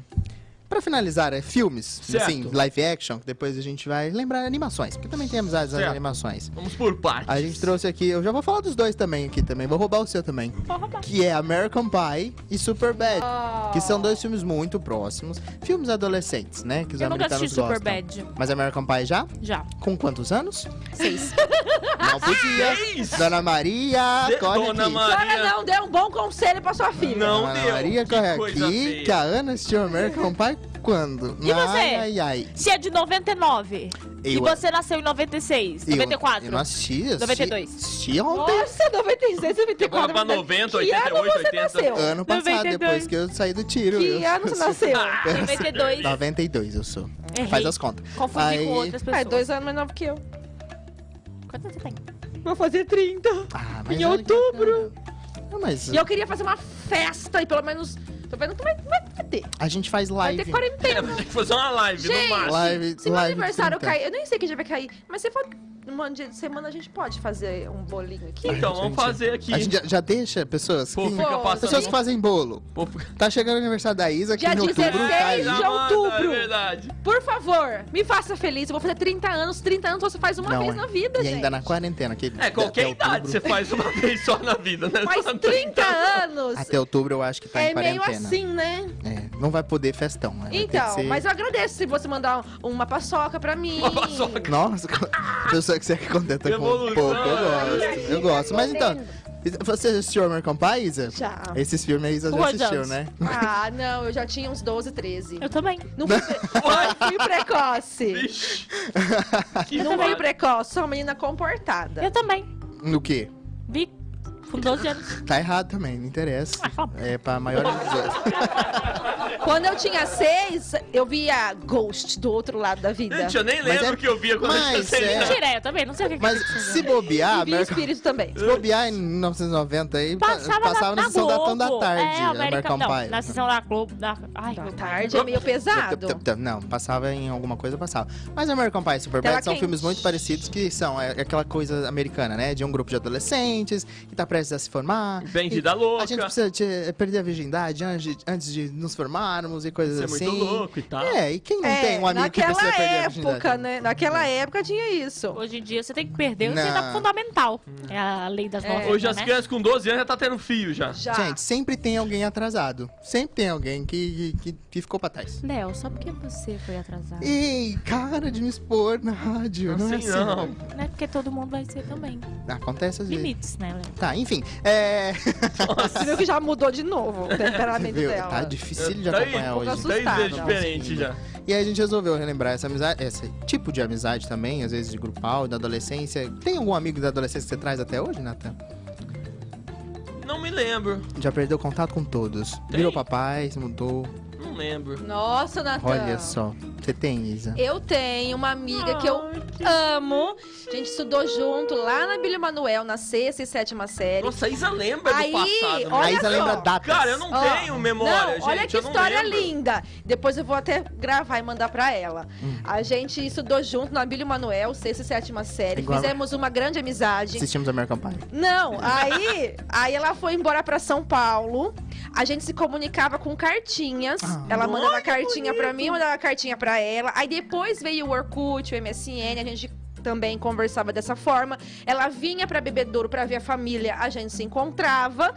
Speaker 4: Pra finalizar, é filmes,
Speaker 2: Certo.
Speaker 4: assim, live action, que depois a gente vai lembrar animações, porque também tem amizades nas
Speaker 2: Certo.
Speaker 4: animações.
Speaker 2: Vamos por partes.
Speaker 4: A gente
Speaker 2: [LAUGHS]
Speaker 4: trouxe aqui, eu já vou falar dos dois também aqui também, vou roubar o seu também.
Speaker 8: Vou roubar.
Speaker 4: Que é American Pie e Superbad, que são dois filmes muito próximos. Filmes adolescentes, né, que os
Speaker 8: Eu nunca
Speaker 4: americanos
Speaker 8: assisti
Speaker 4: gostam.
Speaker 8: Superbad.
Speaker 4: Mas American Pie já?
Speaker 8: Já.
Speaker 4: Com quantos anos?
Speaker 8: Seis.
Speaker 4: Não podia.
Speaker 2: [LAUGHS] Seis.
Speaker 4: Dona Maria,
Speaker 2: De-
Speaker 4: corre
Speaker 2: Dona
Speaker 4: aqui.
Speaker 3: Senhora,
Speaker 2: Maria.
Speaker 3: não deu um bom conselho pra sua filha.
Speaker 2: Não
Speaker 4: Dona
Speaker 2: deu.
Speaker 4: Maria,
Speaker 2: Que
Speaker 4: corre
Speaker 2: coisa
Speaker 4: aqui,
Speaker 2: feia.
Speaker 4: que a Ana assistiu American Pie quando?
Speaker 8: E você?
Speaker 4: Ai, ai, ai.
Speaker 8: Se é de 99 e
Speaker 4: Eu-
Speaker 8: você nasceu em 96,
Speaker 4: Eu-
Speaker 8: 94.
Speaker 4: Eu, não assisti. eu assisti-
Speaker 8: 92.
Speaker 4: Assisti ontem.
Speaker 3: Nossa, 96, 94.
Speaker 2: Agora pra 90, 88,
Speaker 3: que ano você
Speaker 2: 80.
Speaker 3: nasceu?
Speaker 4: Ano passado,
Speaker 8: 92.
Speaker 4: depois que eu saí do tiro.
Speaker 3: Que
Speaker 4: [LAUGHS] eu,
Speaker 3: ano
Speaker 2: [LAUGHS]
Speaker 3: você nasceu?
Speaker 2: Ah,
Speaker 8: 92.
Speaker 4: 92 eu sou.
Speaker 8: Errei.
Speaker 4: Faz as contas.
Speaker 8: Confundi
Speaker 4: Tá. Aí-
Speaker 8: com outras pessoas.
Speaker 3: Ah, é dois anos mais novo que eu.
Speaker 5: Quanto você tem?
Speaker 3: Vou fazer 30.
Speaker 4: Ah,
Speaker 3: Em
Speaker 4: olha que
Speaker 3: outubro.
Speaker 4: bacana. Ah, mas
Speaker 3: E eu queria fazer uma festa e pelo menos. Tô vendo que vai, vai ter.
Speaker 4: a gente faz
Speaker 3: Vai
Speaker 4: live.
Speaker 3: ter quarentena.
Speaker 2: Tem que fazer uma live no
Speaker 3: Gente,
Speaker 2: máximo.
Speaker 4: Live-
Speaker 3: se meu
Speaker 4: live
Speaker 3: aniversário
Speaker 4: 30.
Speaker 3: cair, eu nem sei que dia vai cair, mas se for um dia de semana, a gente pode fazer um bolinho aqui.
Speaker 2: Então,
Speaker 4: Ai, gente.
Speaker 2: vamos fazer aqui.
Speaker 4: A gente já, já deixa pessoas
Speaker 2: Pô,
Speaker 4: que...
Speaker 2: fica
Speaker 3: Pô,
Speaker 2: passando.
Speaker 4: Pessoas que fazem bolo.
Speaker 2: Pô, fica-
Speaker 4: Tá chegando o aniversário da Isa, que
Speaker 3: Dia
Speaker 4: em outubro tá aí.
Speaker 3: 16 de
Speaker 2: Já manda,
Speaker 3: outubro.
Speaker 2: É verdade.
Speaker 3: Por favor, me faça feliz. Eu vou fazer 30 anos. 30 anos você faz uma
Speaker 4: Não,
Speaker 3: vez
Speaker 4: é.
Speaker 3: na vida,
Speaker 4: e
Speaker 3: gente.
Speaker 4: ainda na quarentena. Que
Speaker 2: É, qualquer
Speaker 4: até
Speaker 2: idade
Speaker 4: outubro-
Speaker 2: você faz uma [LAUGHS] vez só na vida, né?
Speaker 3: Faz
Speaker 2: Só
Speaker 3: 30
Speaker 2: Então.
Speaker 3: anos.
Speaker 4: Até outubro eu acho que tá
Speaker 3: é
Speaker 4: em
Speaker 3: meio
Speaker 4: quarentena.
Speaker 3: assim, né?
Speaker 4: É, não vai poder festão. né? Vai ter que
Speaker 3: Então,
Speaker 4: ser-
Speaker 3: mas eu agradeço se você mandar uma paçoca pra mim.
Speaker 2: Uma paçoca.
Speaker 4: Nossa, a [LAUGHS] pessoa que você contenta com
Speaker 2: Evolução.
Speaker 4: pouco, eu gosto. Eu gosto. Mas então, você assistiu American Pie, Isa?
Speaker 3: Já.
Speaker 4: Esses filmes a Isa já
Speaker 5: Rua
Speaker 4: assistiu,
Speaker 5: Jones.
Speaker 4: né? [LAUGHS]
Speaker 3: Ah, não, eu já tinha uns 12, 13.
Speaker 5: Eu também.
Speaker 3: Não fui, pre-
Speaker 2: [LAUGHS]
Speaker 3: não fui precoce.
Speaker 4: [LAUGHS]
Speaker 2: Vixe. Que
Speaker 3: Não
Speaker 2: mal-
Speaker 3: fui precoce, sou uma menina comportada.
Speaker 5: Eu também.
Speaker 4: No quê?
Speaker 5: Vi com 12 anos.
Speaker 4: Tá errado também, não interessa.
Speaker 5: Ah, fala.
Speaker 4: É pra maior de
Speaker 2: [LAUGHS]
Speaker 4: 18.
Speaker 3: Quando eu tinha seis, eu via Ghost do outro lado da vida.
Speaker 2: Gente, eu nem
Speaker 4: Mas
Speaker 2: lembro o
Speaker 4: é-
Speaker 2: que eu via quando eu
Speaker 4: Mas
Speaker 2: tinha seis
Speaker 4: é-
Speaker 2: anos.
Speaker 5: Mentira, eu também. Não sei o que que
Speaker 4: Mas
Speaker 5: aconteceu.
Speaker 4: se bobear,
Speaker 3: E via
Speaker 4: American...
Speaker 3: espírito também.
Speaker 4: se bobear em 1990 aí, pa-
Speaker 5: Passava,
Speaker 4: passava
Speaker 5: na,
Speaker 4: na,
Speaker 5: na
Speaker 4: sessão
Speaker 5: Globo.
Speaker 4: da tão da tarde, né?
Speaker 5: é, América,
Speaker 4: American
Speaker 5: não,
Speaker 4: Pie. Tá.
Speaker 5: na sessão da Globo. Da... Ai, meu pai.
Speaker 3: Tarde é meio pesado.
Speaker 4: Tup, tup, tup. Não, passava em alguma coisa, passava. Mas American Pie e Superbad
Speaker 3: Tela
Speaker 4: são
Speaker 3: quente.
Speaker 4: filmes muito parecidos que são é, aquela coisa americana, né? De um grupo de adolescentes que tá prestes a se formar.
Speaker 2: Vendida
Speaker 4: E
Speaker 2: louca.
Speaker 4: A gente precisa te- perder a virgindade antes de, antes de nos formarmos e coisas
Speaker 2: Você é
Speaker 4: assim.
Speaker 2: muito louco e tal.
Speaker 4: É, e quem não tem um amigo que
Speaker 3: naquela
Speaker 4: precisa perder a
Speaker 3: época,
Speaker 4: virgindade?
Speaker 3: né? Naquela época tinha isso.
Speaker 5: Hoje em dia você tem que perder o
Speaker 4: Não.
Speaker 5: seu etapa fundamental. É a lei das novas.
Speaker 2: Hoje as
Speaker 5: né?
Speaker 2: crianças com 12 anos já tá tendo fio já.
Speaker 3: Já.
Speaker 4: Gente, sempre tem alguém atrasado. Sempre tem alguém que, que, que ficou pra trás.
Speaker 5: Léo, só porque você foi atrasado.
Speaker 4: Ei, cara de me expor na rádio. Não, é
Speaker 2: Assim,
Speaker 4: assim,
Speaker 2: não.
Speaker 5: Não é porque todo mundo vai ser também.
Speaker 4: Acontece às vezes.
Speaker 5: Limites, né, Léo?
Speaker 4: Tá, enfim. É.
Speaker 3: Você viu que já mudou de novo o temperamento
Speaker 4: Viu?
Speaker 3: dela.
Speaker 4: Tá difícil de
Speaker 2: Tá aí,
Speaker 4: acompanhar
Speaker 2: um
Speaker 3: pouco
Speaker 4: hoje.
Speaker 3: assustado.
Speaker 2: Três vezes
Speaker 3: Assustada.
Speaker 2: diferente já.
Speaker 4: E aí a gente resolveu relembrar essa amizade, esse tipo de amizade também, às vezes de grupal, da adolescência. Tem algum amigo da adolescência que você traz até hoje, Natan?
Speaker 2: Não me lembro.
Speaker 4: Já perdeu contato com todos.
Speaker 2: Tem.
Speaker 4: Virou papai, se mudou.
Speaker 2: Não lembro.
Speaker 3: Nossa, Natan.
Speaker 4: Olha só. Você tem, Isa?
Speaker 3: Eu tenho uma amiga que eu amo. A gente estudou junto lá na Bíblia Manuel, na sexta e sétima série.
Speaker 2: Nossa, a Isa lembra do
Speaker 3: Aí,
Speaker 2: passado. né?
Speaker 3: olha
Speaker 4: a Isa
Speaker 3: só.
Speaker 4: lembra datas.
Speaker 2: Cara, eu não
Speaker 3: Ó,
Speaker 2: tenho memória, é gente.
Speaker 3: não, olha que
Speaker 2: eu não
Speaker 3: história
Speaker 2: lembro.
Speaker 3: linda. Depois eu vou até gravar e mandar pra ela. A gente estudou junto na Bíblia Manuel, sexta e sétima série.
Speaker 4: Igual-
Speaker 3: Fizemos uma grande amizade.
Speaker 4: Assistimos American Pie.
Speaker 3: Não, aí, aí ela foi embora pra São Paulo. A gente se comunicava com cartinhas.
Speaker 4: Ah.
Speaker 3: ela mandava cartinha pra mim, eu mandava cartinha pra ela. Aí depois veio o Orkut, o MSN, a gente também conversava dessa forma. Ela vinha pra Bebedouro pra ver a família, a gente se encontrava.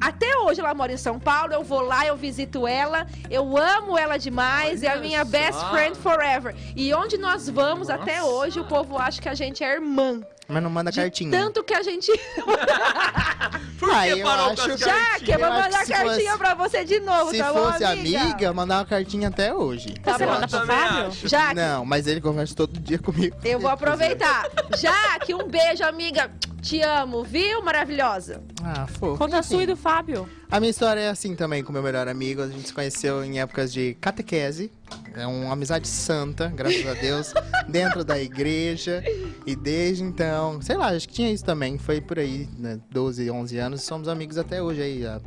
Speaker 3: Até hoje ela mora em São Paulo, eu vou lá, eu visito ela, eu amo ela demais, é a
Speaker 2: Olha
Speaker 3: minha
Speaker 2: só.
Speaker 3: best friend forever. E onde nós vamos
Speaker 2: Nossa.
Speaker 3: até hoje, o povo acha que a gente é irmã.
Speaker 4: Mas não manda
Speaker 3: De
Speaker 4: cartinha.
Speaker 3: tanto que a gente
Speaker 2: Por
Speaker 4: Ah,
Speaker 2: que
Speaker 4: eu
Speaker 2: parou com
Speaker 4: acho
Speaker 2: as
Speaker 4: que-
Speaker 3: Já, que eu vou
Speaker 4: Eu acho
Speaker 3: mandar
Speaker 4: que se
Speaker 3: cartinha
Speaker 4: fosse-
Speaker 3: pra você de novo,
Speaker 4: Se
Speaker 3: tá bom,
Speaker 4: fosse amiga, mandava cartinha até hoje.
Speaker 5: Você
Speaker 2: Eu
Speaker 4: Eu
Speaker 5: manda
Speaker 4: acho.
Speaker 5: pra
Speaker 2: também
Speaker 5: Fábio?
Speaker 2: acho.
Speaker 3: Já,
Speaker 4: Não, mas ele conversa todo dia comigo.
Speaker 3: eu vou aproveitar. Já, que um beijo, amiga. Te amo, viu, maravilhosa?
Speaker 4: Ah, fofo.
Speaker 5: Conta a sua e do Fábio.
Speaker 4: A minha história é assim também com meu melhor amigo. A gente se conheceu em épocas de catequese. É uma amizade santa, graças a
Speaker 3: [LAUGHS]
Speaker 4: Deus, dentro da igreja. E desde então, sei lá, acho que tinha isso também. Foi por aí, né, 12, 11 anos. Somos amigos até hoje aí. ó.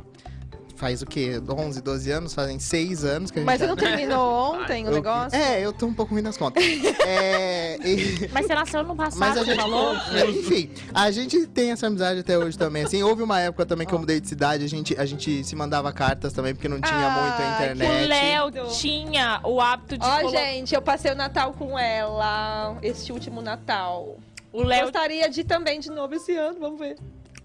Speaker 4: Faz o quê? 11, 12 anos? Fazem 6 anos que a gente
Speaker 3: Mas você
Speaker 4: é
Speaker 3: não
Speaker 4: amigo.
Speaker 3: terminou ontem o
Speaker 4: Eu-
Speaker 3: negócio?
Speaker 4: É, eu tô um pouco ruim nas contas. é, e-
Speaker 5: Mas você nasceu no
Speaker 4: mas
Speaker 5: passado,
Speaker 4: a
Speaker 5: você
Speaker 4: gente.
Speaker 5: falou?
Speaker 4: [LAUGHS] É, Enfim, a gente tem essa amizade até hoje também. Assim, houve uma época também que eu mudei de cidade, a gente, a gente se mandava cartas também, porque não tinha
Speaker 3: Ah,
Speaker 4: muito a
Speaker 3: que
Speaker 5: O
Speaker 4: internet.
Speaker 5: Léo tinha o hábito de
Speaker 3: Ó,
Speaker 5: colo-
Speaker 3: gente, eu passei o Natal com ela, este último Natal.
Speaker 5: O Léo...
Speaker 3: Gostaria de ir também de novo esse ano, vamos ver.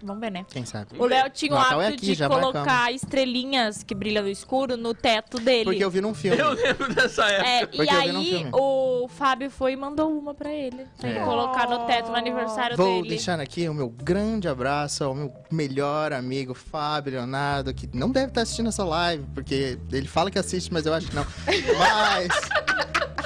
Speaker 5: Vamos ver, né?
Speaker 4: Quem sabe?
Speaker 5: O Léo tinha o
Speaker 4: Natal
Speaker 5: hábito
Speaker 4: é aqui,
Speaker 5: de
Speaker 4: já
Speaker 5: colocar
Speaker 4: marcamos.
Speaker 5: estrelinhas que brilham no escuro no teto dele.
Speaker 4: Porque eu vi num filme.
Speaker 2: Eu lembro dessa época.
Speaker 4: [LAUGHS]
Speaker 5: É,
Speaker 4: Porque
Speaker 5: e
Speaker 4: eu vi num
Speaker 5: aí
Speaker 4: filme.
Speaker 5: o Fábio foi e mandou uma pra ele. Pra ele
Speaker 4: É.
Speaker 5: colocar no teto no aniversário
Speaker 4: Vou
Speaker 5: dele.
Speaker 4: deixando aqui o meu grande abraço ao meu melhor amigo Fábio Leonardo, que não
Speaker 5: [LAUGHS]
Speaker 4: deve estar assistindo essa live, porque ele fala que assiste, mas eu acho que não. Mas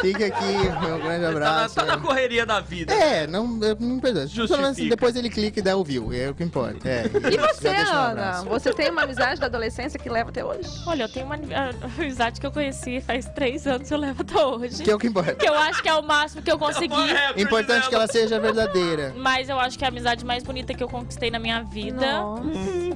Speaker 4: Fica aqui, meu grande
Speaker 2: Tá na,
Speaker 4: abraço.
Speaker 2: tá na correria da vida. Tá
Speaker 4: É, não, eu não perdão. Pelo menos
Speaker 2: Justifica.
Speaker 4: depois ele clica e dá o view, é o que importa. É,
Speaker 3: E
Speaker 4: já
Speaker 3: você,
Speaker 4: deixa um
Speaker 3: Ana?
Speaker 4: abraço.
Speaker 3: Você tem uma amizade da adolescência que leva até hoje?
Speaker 5: Olha, eu tenho uma a- amizade que eu conheci faz três anos e eu levo até hoje.
Speaker 4: Que é o que importa.
Speaker 5: Que eu acho que é o máximo que eu consegui.
Speaker 4: Importante que ela seja verdadeira.
Speaker 5: Mas eu acho que é a amizade mais bonita que eu conquistei na minha vida.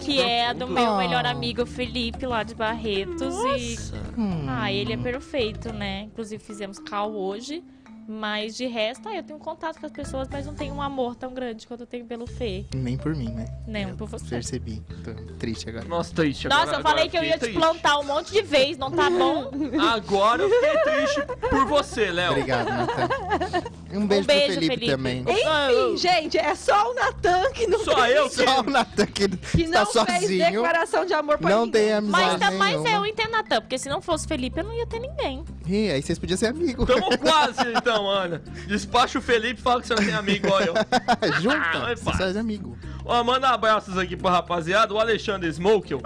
Speaker 5: Que é a do
Speaker 2: profundo.
Speaker 5: meu
Speaker 4: Ah.
Speaker 5: melhor amigo Felipe, lá de Barretos. E...
Speaker 4: Hum.
Speaker 5: Ah, ele é perfeito, né? Inclusive fizemos cal hoje. Mas de resto, ah, eu tenho contato com as pessoas, mas não tenho um amor tão grande quanto eu tenho pelo Fê,
Speaker 4: Nem por mim, né?
Speaker 5: né? Por você.
Speaker 4: Percebi. Tô triste agora.
Speaker 2: Nossa, triste.
Speaker 5: Nossa,
Speaker 2: agora-
Speaker 5: eu falei
Speaker 2: agora
Speaker 5: que eu ia
Speaker 2: fiquei
Speaker 5: te plantar um monte de vez, não
Speaker 4: [LAUGHS]
Speaker 5: tá bom?
Speaker 2: triste. Agora eu fiquei triste por você, Léo.
Speaker 4: Obrigado,
Speaker 5: [LAUGHS]
Speaker 4: Natan. Um beijo,
Speaker 5: beijo,
Speaker 4: pro Felipe,
Speaker 5: Felipe.
Speaker 4: também.
Speaker 3: Enfim, gente, é só o Natan que não,
Speaker 2: Só eu que...
Speaker 4: Só o Natan que,
Speaker 3: que
Speaker 4: está
Speaker 3: não fez
Speaker 4: tá sozinho.
Speaker 3: declaração de amor pra
Speaker 4: Não
Speaker 3: ninguém.
Speaker 4: tem amizade
Speaker 5: Mas, tá, mas
Speaker 4: nenhuma.
Speaker 5: eu entendo Natan, porque se não fosse Felipe, eu não ia ter ninguém.
Speaker 4: Ih, aí vocês podiam ser amigos. [LAUGHS]
Speaker 2: Tamo quase, então, Ana. Despacha o Felipe e fala que você não tem amigo, olha eu.
Speaker 4: Junta,
Speaker 2: Vai,
Speaker 4: vocês
Speaker 2: pai.
Speaker 4: fazem amigo.
Speaker 2: Ó, manda abraços aqui pro rapaziada. O Alexandre Smokel.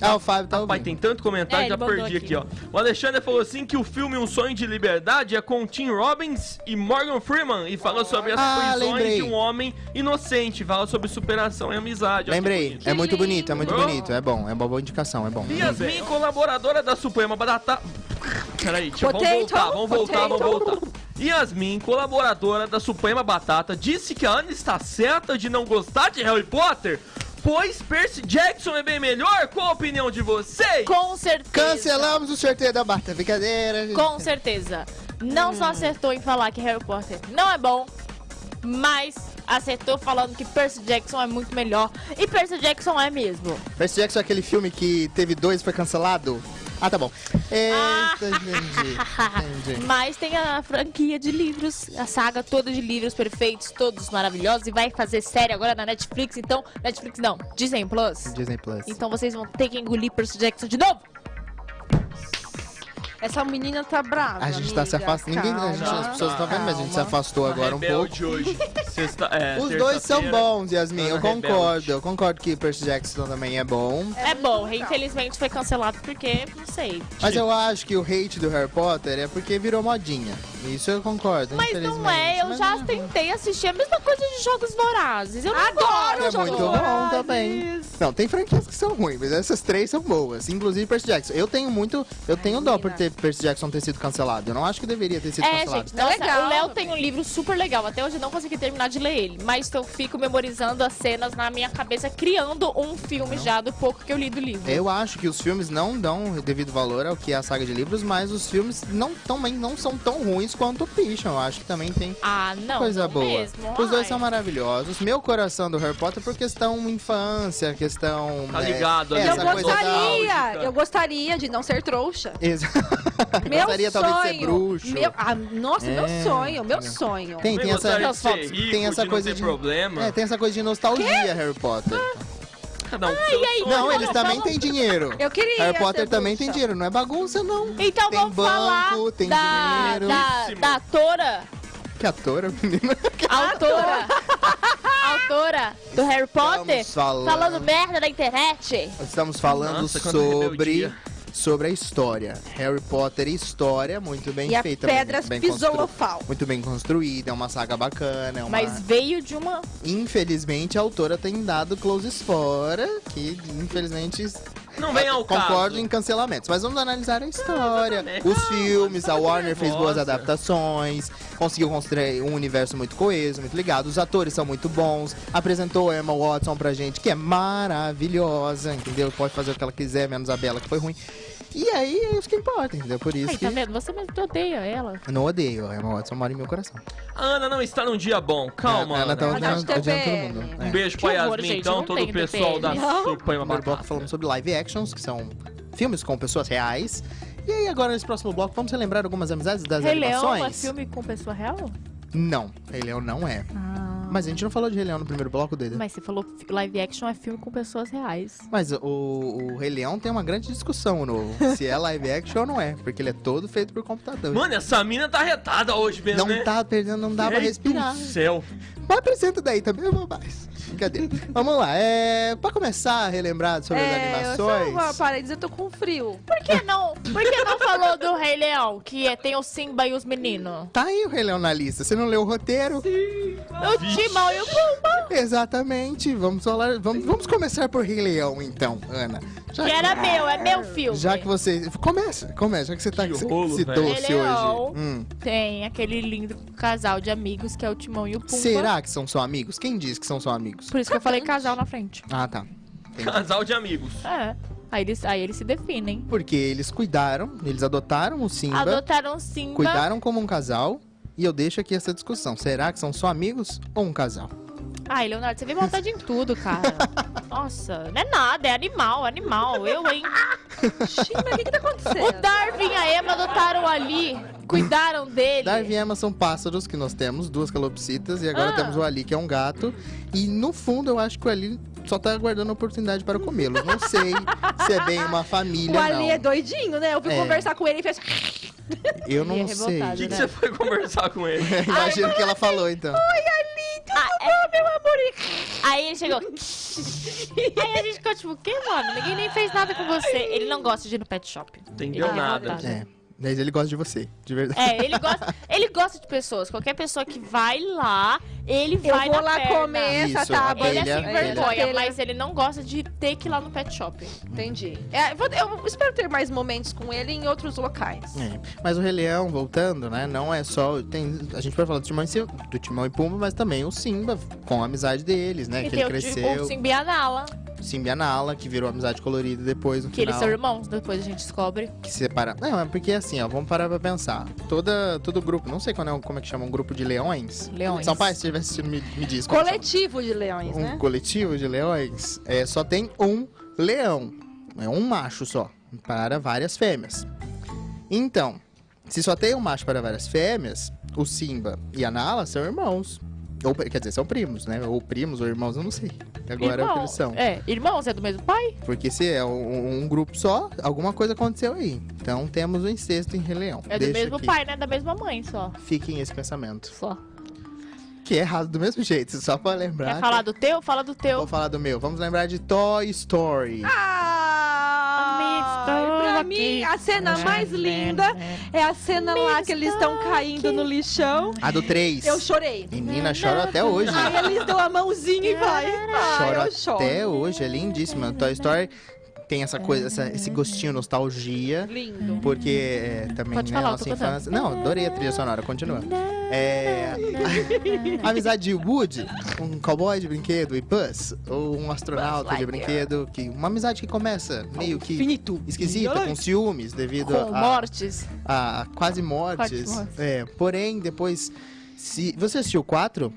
Speaker 4: Ah, o Fábio tá
Speaker 2: Pai,
Speaker 4: ouvindo.
Speaker 2: tem tanto comentário,
Speaker 5: É, ele
Speaker 2: já
Speaker 5: mandou
Speaker 2: perdi aqui.
Speaker 5: aqui.
Speaker 2: ó. O Alexandre falou assim que o filme Um Sonho de Liberdade é com Tim Robbins e Morgan Freeman. E falou sobre as
Speaker 4: Ah,
Speaker 2: prisões
Speaker 4: lembrei.
Speaker 2: de um homem inocente. Fala sobre superação e amizade. ó, que
Speaker 4: Lembrei,
Speaker 2: bonito.
Speaker 4: é muito bonito, é muito
Speaker 2: lindo.
Speaker 4: bonito. É bom, é uma boa indicação, é bom.
Speaker 2: Yasmin, colaboradora da Suprema Batata... Peraí, deixa, vamos
Speaker 3: Potato,
Speaker 2: voltar, vamos voltar, vamos
Speaker 3: potato.
Speaker 2: voltar. Yasmin, colaboradora da Suprema Batata, disse que a Ana está certa de não gostar de Harry Potter, pois Percy Jackson é bem melhor? Qual a opinião de vocês?
Speaker 5: Com certeza.
Speaker 4: Cancelamos o sorteio da Bata, brincadeira. gente.
Speaker 5: Com certeza. Não só acertou em falar que Harry Potter não é bom, mas acertou falando que Percy Jackson é muito melhor. E Percy Jackson é mesmo.
Speaker 4: Percy Jackson é aquele filme que teve dois e foi cancelado? Ah, tá bom.
Speaker 5: Ah.
Speaker 4: Eita, entendi. Entendi.
Speaker 5: Mas tem a franquia de livros, a saga toda de livros perfeitos, todos maravilhosos. E vai fazer série agora na Netflix. Então, Netflix não, Disney Plus.
Speaker 4: Disney Plus.
Speaker 5: Então vocês vão ter que engolir Percy Jackson de novo.
Speaker 3: Essa menina tá brava.
Speaker 4: A gente tá se
Speaker 3: amiga,
Speaker 4: afastando. Ninguém, a gente,
Speaker 3: calma,
Speaker 4: as pessoas estão vendo, mas a gente se
Speaker 3: calma.
Speaker 4: afastou agora um pouco.
Speaker 2: Rebelde [LAUGHS] hoje. Sexta- é,
Speaker 4: Os dois são
Speaker 2: terça-feira.
Speaker 4: bons, Yasmin.
Speaker 2: Ana
Speaker 4: Eu
Speaker 2: Rebelde.
Speaker 4: concordo. Eu concordo que Percy Jackson também é bom.
Speaker 5: É, bom,
Speaker 3: muito legal.
Speaker 5: infelizmente foi cancelado porque, não sei.
Speaker 4: Mas eu acho que o hate do Harry Potter é porque virou modinha. Isso eu concordo.
Speaker 5: Mas não é, eu já tentei assistir a mesma coisa de Jogos Vorazes. Eu não
Speaker 3: Adoro
Speaker 4: É
Speaker 5: gosto.
Speaker 4: muito bom também. Não, tem franquias que são ruins, mas essas três são boas. Inclusive Percy Jackson. Eu tenho muito. Eu tenho dó por ter Percy Jackson ter sido cancelado. Eu não acho que deveria ter sido
Speaker 5: É,
Speaker 4: cancelado.
Speaker 5: gente, nossa,
Speaker 3: legal.
Speaker 5: o Léo tem um livro super legal. Até hoje eu não consegui terminar de ler ele, mas eu fico memorizando as cenas na minha cabeça, criando um filme já do pouco que eu li do livro.
Speaker 4: Eu acho que os filmes não dão o devido valor ao que é a saga de livros, mas os filmes não, também não são tão ruins quanto o Pichon. Eu acho que também tem
Speaker 5: Ah, não.
Speaker 4: Coisa
Speaker 5: não
Speaker 4: boa.
Speaker 5: Mesmo.
Speaker 4: Os dois
Speaker 5: Ai.
Speaker 4: são maravilhosos. Meu coração do Harry Potter por questão infância, questão.
Speaker 2: Tá
Speaker 4: né,
Speaker 2: ligado ali,
Speaker 4: essa
Speaker 3: Eu
Speaker 2: Essa coisa
Speaker 3: gostaria,
Speaker 4: [LAUGHS]
Speaker 2: nostálgica.
Speaker 3: eu gostaria de não ser trouxa.
Speaker 4: Exa...
Speaker 3: Meu
Speaker 4: gostaria
Speaker 3: sonho.
Speaker 4: talvez de ser bruxo.
Speaker 3: meu- ah, nossa,
Speaker 4: É.
Speaker 3: meu sonho, meu sonho.
Speaker 4: Tem,
Speaker 2: Também
Speaker 4: tem essa.
Speaker 2: gostaria de ser
Speaker 5: Tem
Speaker 2: rico,
Speaker 4: essa
Speaker 2: de
Speaker 4: coisa
Speaker 2: não ter
Speaker 4: de-
Speaker 2: problema.
Speaker 4: É, tem essa coisa de nostalgia, Harry Potter.
Speaker 3: Ah,
Speaker 2: Cada um com seu
Speaker 5: aí?
Speaker 2: sonho.
Speaker 4: Não,
Speaker 3: então
Speaker 5: não,
Speaker 4: eles
Speaker 5: não,
Speaker 4: também
Speaker 5: não.
Speaker 4: têm dinheiro.
Speaker 3: Eu queria
Speaker 4: Harry Potter
Speaker 3: ser
Speaker 4: também tem
Speaker 3: bruxa.
Speaker 4: dinheiro, não é bagunça, não.
Speaker 5: Então
Speaker 4: Tem
Speaker 5: vamos
Speaker 4: banco,
Speaker 5: falar
Speaker 4: tem
Speaker 5: da,
Speaker 4: dinheiro.
Speaker 5: da,
Speaker 2: Belíssimo.
Speaker 5: da [LAUGHS] atora,
Speaker 4: Que atora, menina.
Speaker 5: autora, autora do Harry Potter,
Speaker 4: falando-
Speaker 5: falando merda na internet.
Speaker 4: [LAUGHS] Estamos falando
Speaker 2: Nossa, quanta
Speaker 4: sobre.
Speaker 2: rebeldia.
Speaker 4: Sobre a história. Harry Potter e história, muito bem
Speaker 3: E a
Speaker 4: feita.
Speaker 3: pedras
Speaker 4: muito bem constru-
Speaker 3: pisolofal.
Speaker 4: Muito bem construída, é uma saga bacana. É uma...
Speaker 5: Mas veio de uma
Speaker 4: Infelizmente, a autora tem dado closes fora, que infelizmente
Speaker 2: Não vem ao caso.
Speaker 4: concordo em cancelamentos. Mas vamos analisar a história,
Speaker 2: exatamente.
Speaker 4: os
Speaker 2: Ah,
Speaker 4: filmes, a
Speaker 2: sabe
Speaker 4: Warner
Speaker 2: que
Speaker 4: fez boas
Speaker 2: negócio.
Speaker 4: adaptações, conseguiu construir um universo muito coeso, muito ligado. Os atores são muito bons, apresentou a Emma Watson pra gente, que é maravilhosa, entendeu? Pode fazer o que ela quiser, menos a Bela, que foi ruim. E aí, é isso que importa, entendeu? Por isso
Speaker 5: Ai, tá
Speaker 4: que...
Speaker 5: vendo? Você mesmo odeia ela.
Speaker 4: Eu não odeio, a Emma Watson mora em meu coração.
Speaker 2: A Ana não está num dia bom. Calma,
Speaker 4: ela
Speaker 2: É, Ana.
Speaker 4: tá
Speaker 3: Mas
Speaker 4: odiando,
Speaker 3: acho
Speaker 4: odiando todo
Speaker 3: TPM.
Speaker 4: mundo.
Speaker 2: Um
Speaker 4: É.
Speaker 2: beijo
Speaker 5: Que
Speaker 2: pra
Speaker 5: horror,
Speaker 2: Yasmin,
Speaker 5: gente,
Speaker 2: então,
Speaker 5: não
Speaker 2: todo
Speaker 5: tem
Speaker 2: o pessoal da
Speaker 5: TPM.
Speaker 2: Suprema
Speaker 4: primeiro bloco
Speaker 2: Batata.
Speaker 4: falamos sobre live actions, que são filmes com pessoas reais. E aí, agora nesse próximo bloco, vamos relembrar algumas amizades das
Speaker 5: Rei Leão é
Speaker 4: animações?
Speaker 5: filme com pessoa real?
Speaker 4: Não, Rei Leão não é. Mas a gente não falou de Rei Leão no primeiro bloco, doida. Mas,
Speaker 5: Ah. Mas você falou fi- live action é filme com pessoas reais.
Speaker 4: o, o Rei Leão tem uma grande discussão
Speaker 5: [LAUGHS]
Speaker 4: no se é live action ou não é, porque ele é todo feito por computador.
Speaker 2: Mano, essa mina tá retada hoje mesmo,
Speaker 4: não
Speaker 2: né?
Speaker 4: tá perdendo, não dá pra
Speaker 2: Ei,
Speaker 4: respirar.
Speaker 2: do céu.
Speaker 4: Mas apresenta daí também, eu vou mais. Brincadeira. Vamos lá. É, pra começar a relembrar sobre
Speaker 3: É, eu
Speaker 4: as
Speaker 3: só vou
Speaker 4: animações.
Speaker 3: aparelhos, eu tô com frio.
Speaker 5: Por que não, por que não falou do Rei Leão, que é- tem o Simba e os meninos?
Speaker 4: Tá aí o Rei Leão na lista. Você não leu o roteiro?
Speaker 5: O Timão e o Pumba,
Speaker 4: Exatamente. Vamos falar. Vamos, vamos começar por Rei Leão, então, Ana. Já
Speaker 5: que era meu, é meu filme.
Speaker 4: Já que você. Começa, começa, já que você tá
Speaker 2: Que
Speaker 4: que você
Speaker 2: rolo, né?
Speaker 4: se
Speaker 2: velho.
Speaker 4: doce
Speaker 5: Ele é o-
Speaker 4: hoje. Hum.
Speaker 5: Tem aquele lindo casal de amigos que é o Timão e o Pumba.
Speaker 4: Será que são só amigos? Quem diz que são só amigos?
Speaker 5: Por isso que eu falei casal na frente.
Speaker 4: Ah, tá.
Speaker 2: Casal de amigos.
Speaker 5: É. Aí eles, aí eles se definem.
Speaker 4: Porque eles cuidaram, eles adotaram o Simba,
Speaker 5: Adotaram Simba.
Speaker 4: cuidaram como um casal. E eu deixo aqui essa discussão. Será que são só amigos ou um casal?
Speaker 5: Ai, Leonardo, você vem vontade em tudo,
Speaker 4: [LAUGHS]
Speaker 5: cara. Nossa, não é nada, é animal, animal. Eu, hein?
Speaker 3: Xiii, mas o que que tá
Speaker 5: O
Speaker 3: acontecendo?
Speaker 5: Darwin e a Emma adotaram ali, cuidaram dele.
Speaker 4: Darwin e Emma são pássaros que nós temos, duas calopsitas, e agora
Speaker 5: Ah.
Speaker 4: temos o Ali, que é um gato. E no fundo eu acho que o Ali só tá aguardando a oportunidade para comê-lo. Não
Speaker 5: [LAUGHS]
Speaker 4: sei se é bem uma família.
Speaker 3: O Ali
Speaker 4: não.
Speaker 3: é doidinho, né? Eu fui
Speaker 4: É.
Speaker 3: conversar com ele e fez... Oi,
Speaker 4: Eu não
Speaker 5: Ele é
Speaker 4: sei.
Speaker 2: O
Speaker 5: revoltado,
Speaker 2: que, que
Speaker 5: né?
Speaker 2: você foi conversar com [LAUGHS] ele?
Speaker 4: [LAUGHS] Imagino o que ela falou então.
Speaker 3: Ali, tudo
Speaker 5: Ah, é-
Speaker 3: bom, meu amor?
Speaker 5: Aí ele chegou. Aí a gente ficou tipo, o que, mano? Ninguém nem fez nada com você. Ele não gosta de ir no pet shop.
Speaker 2: Entendeu
Speaker 5: Ele é
Speaker 2: nada.
Speaker 5: revoltado.
Speaker 4: É. Mas ele gosta de você, de verdade.
Speaker 5: É, ele gosta, ele gosta de pessoas. Qualquer pessoa que vai lá, ele
Speaker 3: Eu
Speaker 5: vai
Speaker 3: vou
Speaker 5: na
Speaker 3: lá
Speaker 5: perna.
Speaker 3: comer essa
Speaker 4: Isso,
Speaker 3: tábua.
Speaker 5: Ele é
Speaker 4: Ele é-
Speaker 5: sem
Speaker 4: ele é-
Speaker 5: vergonha,
Speaker 3: Ele é-
Speaker 5: mas ele não gosta de ter que ir lá no pet shop.
Speaker 3: Entendi. É, vou- eu espero ter mais momentos com ele em outros locais.
Speaker 4: É, Mas o Rei Leão, voltando, né? Não é só. Tem, a gente vai falar do Timão, e Sil- do Timão e Pumba, mas também o Simba, com a amizade deles, né?
Speaker 5: e
Speaker 4: que
Speaker 5: tem
Speaker 4: ele
Speaker 5: o,
Speaker 4: cresceu.
Speaker 5: o Simba e a Nala,
Speaker 4: Simba e a Nala, que virou amizade colorida depois no
Speaker 5: que eles
Speaker 4: final,
Speaker 5: são irmãos, depois a gente descobre.
Speaker 4: Que se separa. Não, é porque assim, ó, vamos parar pra pensar. Toda, todo grupo, não sei quando é, um- como é que chama, um grupo de leões.
Speaker 5: Leões.
Speaker 4: São Paulo, se estiver assistindo, me, me diz. como chama.
Speaker 3: Coletivo de leões,
Speaker 4: um
Speaker 3: né?
Speaker 4: coletivo de leões, é, só tem um leão. É um macho só, para várias fêmeas. Então, se só tem um macho para várias fêmeas, o Simba e a Nala são irmãos. Ou, quer dizer, são primos, né? Ou primos ou irmãos, eu não sei. Agora é o que eles
Speaker 5: irmãos.
Speaker 4: são.
Speaker 5: É, irmãos é do mesmo pai?
Speaker 4: Porque se é um, um grupo só, alguma coisa aconteceu aí. Então temos o incesto em Rei Leão.
Speaker 5: É do
Speaker 4: Deixa
Speaker 5: mesmo
Speaker 4: aqui.
Speaker 5: pai, né? Da mesma mãe só.
Speaker 4: Fiquem esse pensamento.
Speaker 5: Só.
Speaker 4: Que é errado do mesmo jeito, só pra lembrar.
Speaker 5: Quer falar do teu? Fala do
Speaker 4: Vou
Speaker 5: teu.
Speaker 4: falar do meu. Vamos lembrar de Toy Story.
Speaker 3: Ah,
Speaker 5: Amigo,
Speaker 3: pra
Speaker 5: aqui. Né,
Speaker 3: mim, a cena mais linda é a cena lá que eles estão caindo no lixão.
Speaker 4: A do 3.
Speaker 3: Eu chorei.
Speaker 4: Menina, chora até hoje.
Speaker 3: Aí eles dão a mãozinha e vai.
Speaker 4: Chora
Speaker 3: Ai, eu choro.
Speaker 4: até hoje, é lindíssima. Toy Story tem essa coisa, essa- esse gostinho nostalgia.
Speaker 3: Lindo.
Speaker 4: Porque é, também,
Speaker 5: Pode
Speaker 4: né,
Speaker 5: falar, eu
Speaker 4: nossa
Speaker 5: tô cantando.
Speaker 4: infância... Não, adorei a trilha sonora, continua. É... Amizade de Woody, um cowboy de brinquedo e Buzz, ou um astronauta de brinquedo. Que... Uma amizade que começa meio que
Speaker 3: Finito.
Speaker 4: esquisita, com ciúmes, devido
Speaker 5: Com
Speaker 4: a,
Speaker 5: mortes.
Speaker 4: a quase mortes.
Speaker 5: Quase mortes.
Speaker 4: É, porém, depois. Se... Você assistiu o 4?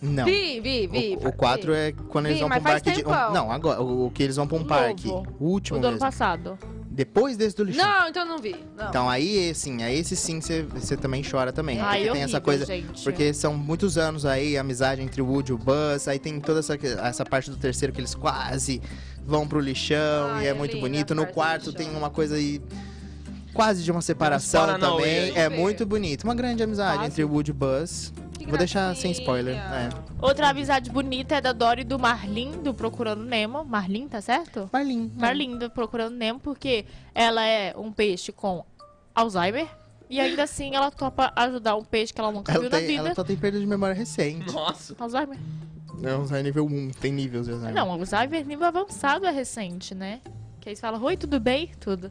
Speaker 4: Não.
Speaker 3: Vi, vi, vi.
Speaker 4: O- O 4 é quando eles
Speaker 3: Vi,
Speaker 4: vão pra
Speaker 3: mas
Speaker 4: um
Speaker 3: faz
Speaker 4: parque de.
Speaker 3: tempão.
Speaker 4: um- Não, agora. O, o que eles vão pra um
Speaker 5: O
Speaker 4: parque.
Speaker 5: novo.
Speaker 4: O último
Speaker 5: O do ano
Speaker 4: mesmo.
Speaker 5: passado.
Speaker 4: Depois desse do lixão.
Speaker 3: Não, então não vi. Não.
Speaker 4: Então aí, assim, aí esse sim você- você também chora também.
Speaker 5: Ai,
Speaker 4: porque tem
Speaker 5: horrível,
Speaker 4: essa coisa.
Speaker 5: gente.
Speaker 4: Porque são muitos anos aí, a amizade entre o Woody e o Buzz. Aí tem toda essa, essa parte do terceiro que eles quase vão pro lixão
Speaker 3: Ai,
Speaker 4: e é
Speaker 3: é
Speaker 4: muito
Speaker 3: linda
Speaker 4: bonito.
Speaker 3: a
Speaker 4: No
Speaker 3: parte do
Speaker 4: quarto
Speaker 3: lixão.
Speaker 4: tem uma coisa aí. Quase de uma separação
Speaker 2: Paranauê
Speaker 4: também.
Speaker 2: aí.
Speaker 4: É muito bonito. Uma grande amizade
Speaker 5: Quase.
Speaker 4: entre o Woody e o Buzz.
Speaker 3: Que
Speaker 4: Vou deixar sem
Speaker 3: gracinha.
Speaker 4: spoiler. É.
Speaker 5: Outra amizade bonita é da Dory e do Marlin, do Procurando Nemo. Marlin, tá certo?
Speaker 4: Marlin.
Speaker 5: Marlin do Procurando Nemo, porque ela é um peixe com Alzheimer. E ainda assim ela topa ajudar um peixe que ela nunca
Speaker 4: Ela,
Speaker 5: viu na
Speaker 4: tem,
Speaker 5: vida.
Speaker 4: ela só tem perda de memória recente.
Speaker 2: Nossa.
Speaker 5: Alzheimer?
Speaker 4: É um Alzheimer nível 1, tem níveis né? de Alzheimer.
Speaker 5: Não, Alzheimer nível avançado é recente, né? Que aí você fala, oi, tudo bem? Tudo.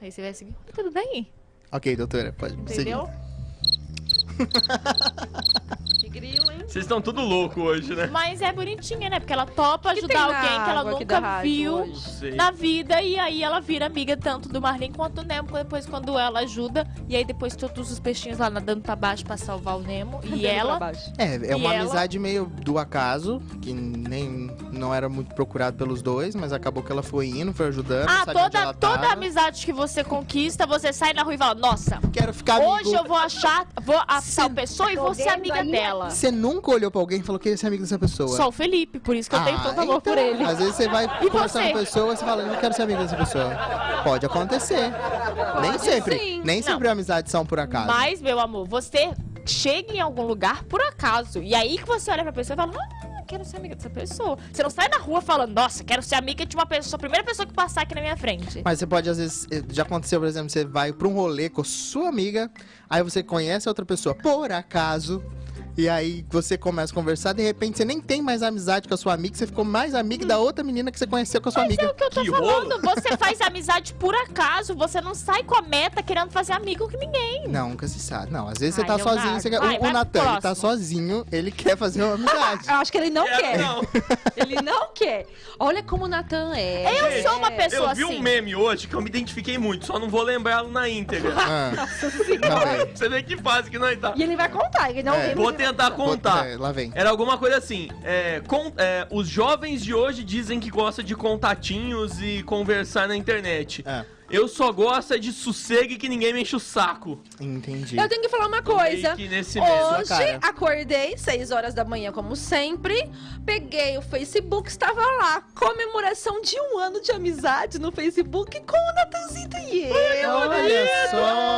Speaker 5: Aí você vai seguir, oi, tudo bem?
Speaker 4: Ok, doutora, pode
Speaker 5: Entendeu?
Speaker 4: seguir.
Speaker 3: Que grilo, hein?
Speaker 2: Vocês estão tudo louco hoje, né?
Speaker 5: Mas é bonitinha, né? Porque ela topa
Speaker 3: que
Speaker 5: ajudar
Speaker 3: tem na
Speaker 5: alguém que ela
Speaker 3: água aqui da
Speaker 5: nunca
Speaker 3: rádio
Speaker 5: viu.
Speaker 2: Não
Speaker 3: hoje?
Speaker 2: sei.
Speaker 5: na vida e aí ela vira amiga tanto do Marlin quanto do Nemo depois quando ela ajuda e aí depois todos os peixinhos lá nadando pra baixo pra salvar o Nemo e ela
Speaker 4: É,
Speaker 5: E
Speaker 4: é uma
Speaker 5: ela?
Speaker 4: amizade meio do acaso, que nem não era muito procurado pelos dois, mas acabou que ela foi indo, foi ajudando,
Speaker 5: ah,
Speaker 4: sabia onde
Speaker 5: toda
Speaker 4: ela tá?
Speaker 5: toda
Speaker 4: tava.
Speaker 5: amizade que você conquista você sai na rua e fala nossa
Speaker 4: Quero ficar
Speaker 5: hoje eu
Speaker 4: amigo.
Speaker 5: vou achar vou
Speaker 4: [LAUGHS]
Speaker 5: a
Speaker 4: Sim.
Speaker 5: tal pessoa e
Speaker 7: Tô
Speaker 5: vou ser
Speaker 7: vendo
Speaker 5: amiga
Speaker 7: aí.
Speaker 5: dela
Speaker 4: Você nunca olhou pra alguém e falou que ia ser amigo dessa pessoa.
Speaker 5: só o Felipe por isso que eu tenho
Speaker 4: Ah,
Speaker 5: tanto amor
Speaker 4: então,
Speaker 5: por ele
Speaker 4: Às vezes você vai
Speaker 5: E
Speaker 4: conversar
Speaker 5: você?
Speaker 4: com a pessoa e você fala, eu não quero ser amigo dessa pessoa. Pode acontecer. nem sempre.
Speaker 3: sim.
Speaker 4: Nem sempre amizades são por acaso.
Speaker 5: mas meu amor você chega em algum lugar por acaso. E aí que você olha pra pessoa e fala, ah, quero ser amiga dessa pessoa. Você não sai na rua falando, nossa, quero ser amiga de uma pessoa, a primeira pessoa que passar aqui na minha frente.
Speaker 4: Mas você pode, às vezes, eh, já aconteceu, por exemplo, você vai pra um rolê com sua amiga, aí você conhece outra pessoa por acaso, e aí você começa a conversar, de repente você nem tem mais amizade com a sua amiga, você ficou mais amiga da outra menina que você conheceu com a sua
Speaker 5: É
Speaker 4: amiga.
Speaker 5: o que eu tô
Speaker 2: Que
Speaker 5: falando, você faz amizade por acaso, você não sai com a meta querendo fazer amigo com ninguém.
Speaker 4: Não, nunca se sabe. Não, às vezes você
Speaker 5: Ai,
Speaker 4: tá
Speaker 5: Leonardo,
Speaker 4: sozinho, você quer...
Speaker 5: vai,
Speaker 4: o,
Speaker 5: vai
Speaker 4: o
Speaker 5: pro
Speaker 4: Natan, ele tá
Speaker 5: próximo.
Speaker 4: sozinho, ele quer fazer uma amizade.
Speaker 5: [LAUGHS]
Speaker 3: Eu acho que ele não quer.
Speaker 2: É, Não.
Speaker 3: Ele não quer. Olha como o Natan é.
Speaker 5: Eu
Speaker 2: Gente,
Speaker 5: sou uma pessoa
Speaker 2: Eu vi
Speaker 5: assim.
Speaker 2: um meme hoje que eu me identifiquei muito, só não vou lembrá-lo na
Speaker 5: [LAUGHS]
Speaker 2: íntegra.
Speaker 4: Ah, tá bem.
Speaker 2: Você vê que fase que nós tá.
Speaker 3: E ele vai contar, ele não
Speaker 4: É.
Speaker 3: vem, mas
Speaker 2: Vou
Speaker 3: ele vai
Speaker 2: tentar
Speaker 3: contar.
Speaker 2: contar.
Speaker 4: É, lá vem.
Speaker 2: Era alguma coisa assim. é, con- é, os jovens de hoje dizem que gosta de contatinhos e conversar na internet.
Speaker 4: Ah,
Speaker 2: Eu só gosto é de sossego e que ninguém me enche o saco.
Speaker 4: entendi.
Speaker 3: Eu tenho que falar uma
Speaker 2: Meio
Speaker 3: coisa.
Speaker 2: que nesse mesmo.
Speaker 4: sua
Speaker 3: Hoje
Speaker 4: cara.
Speaker 3: acordei 6 horas da manhã, como sempre. Peguei o Facebook, estava lá. Comemoração de um ano de amizade no Facebook com o Natanzito e eu.
Speaker 4: Olha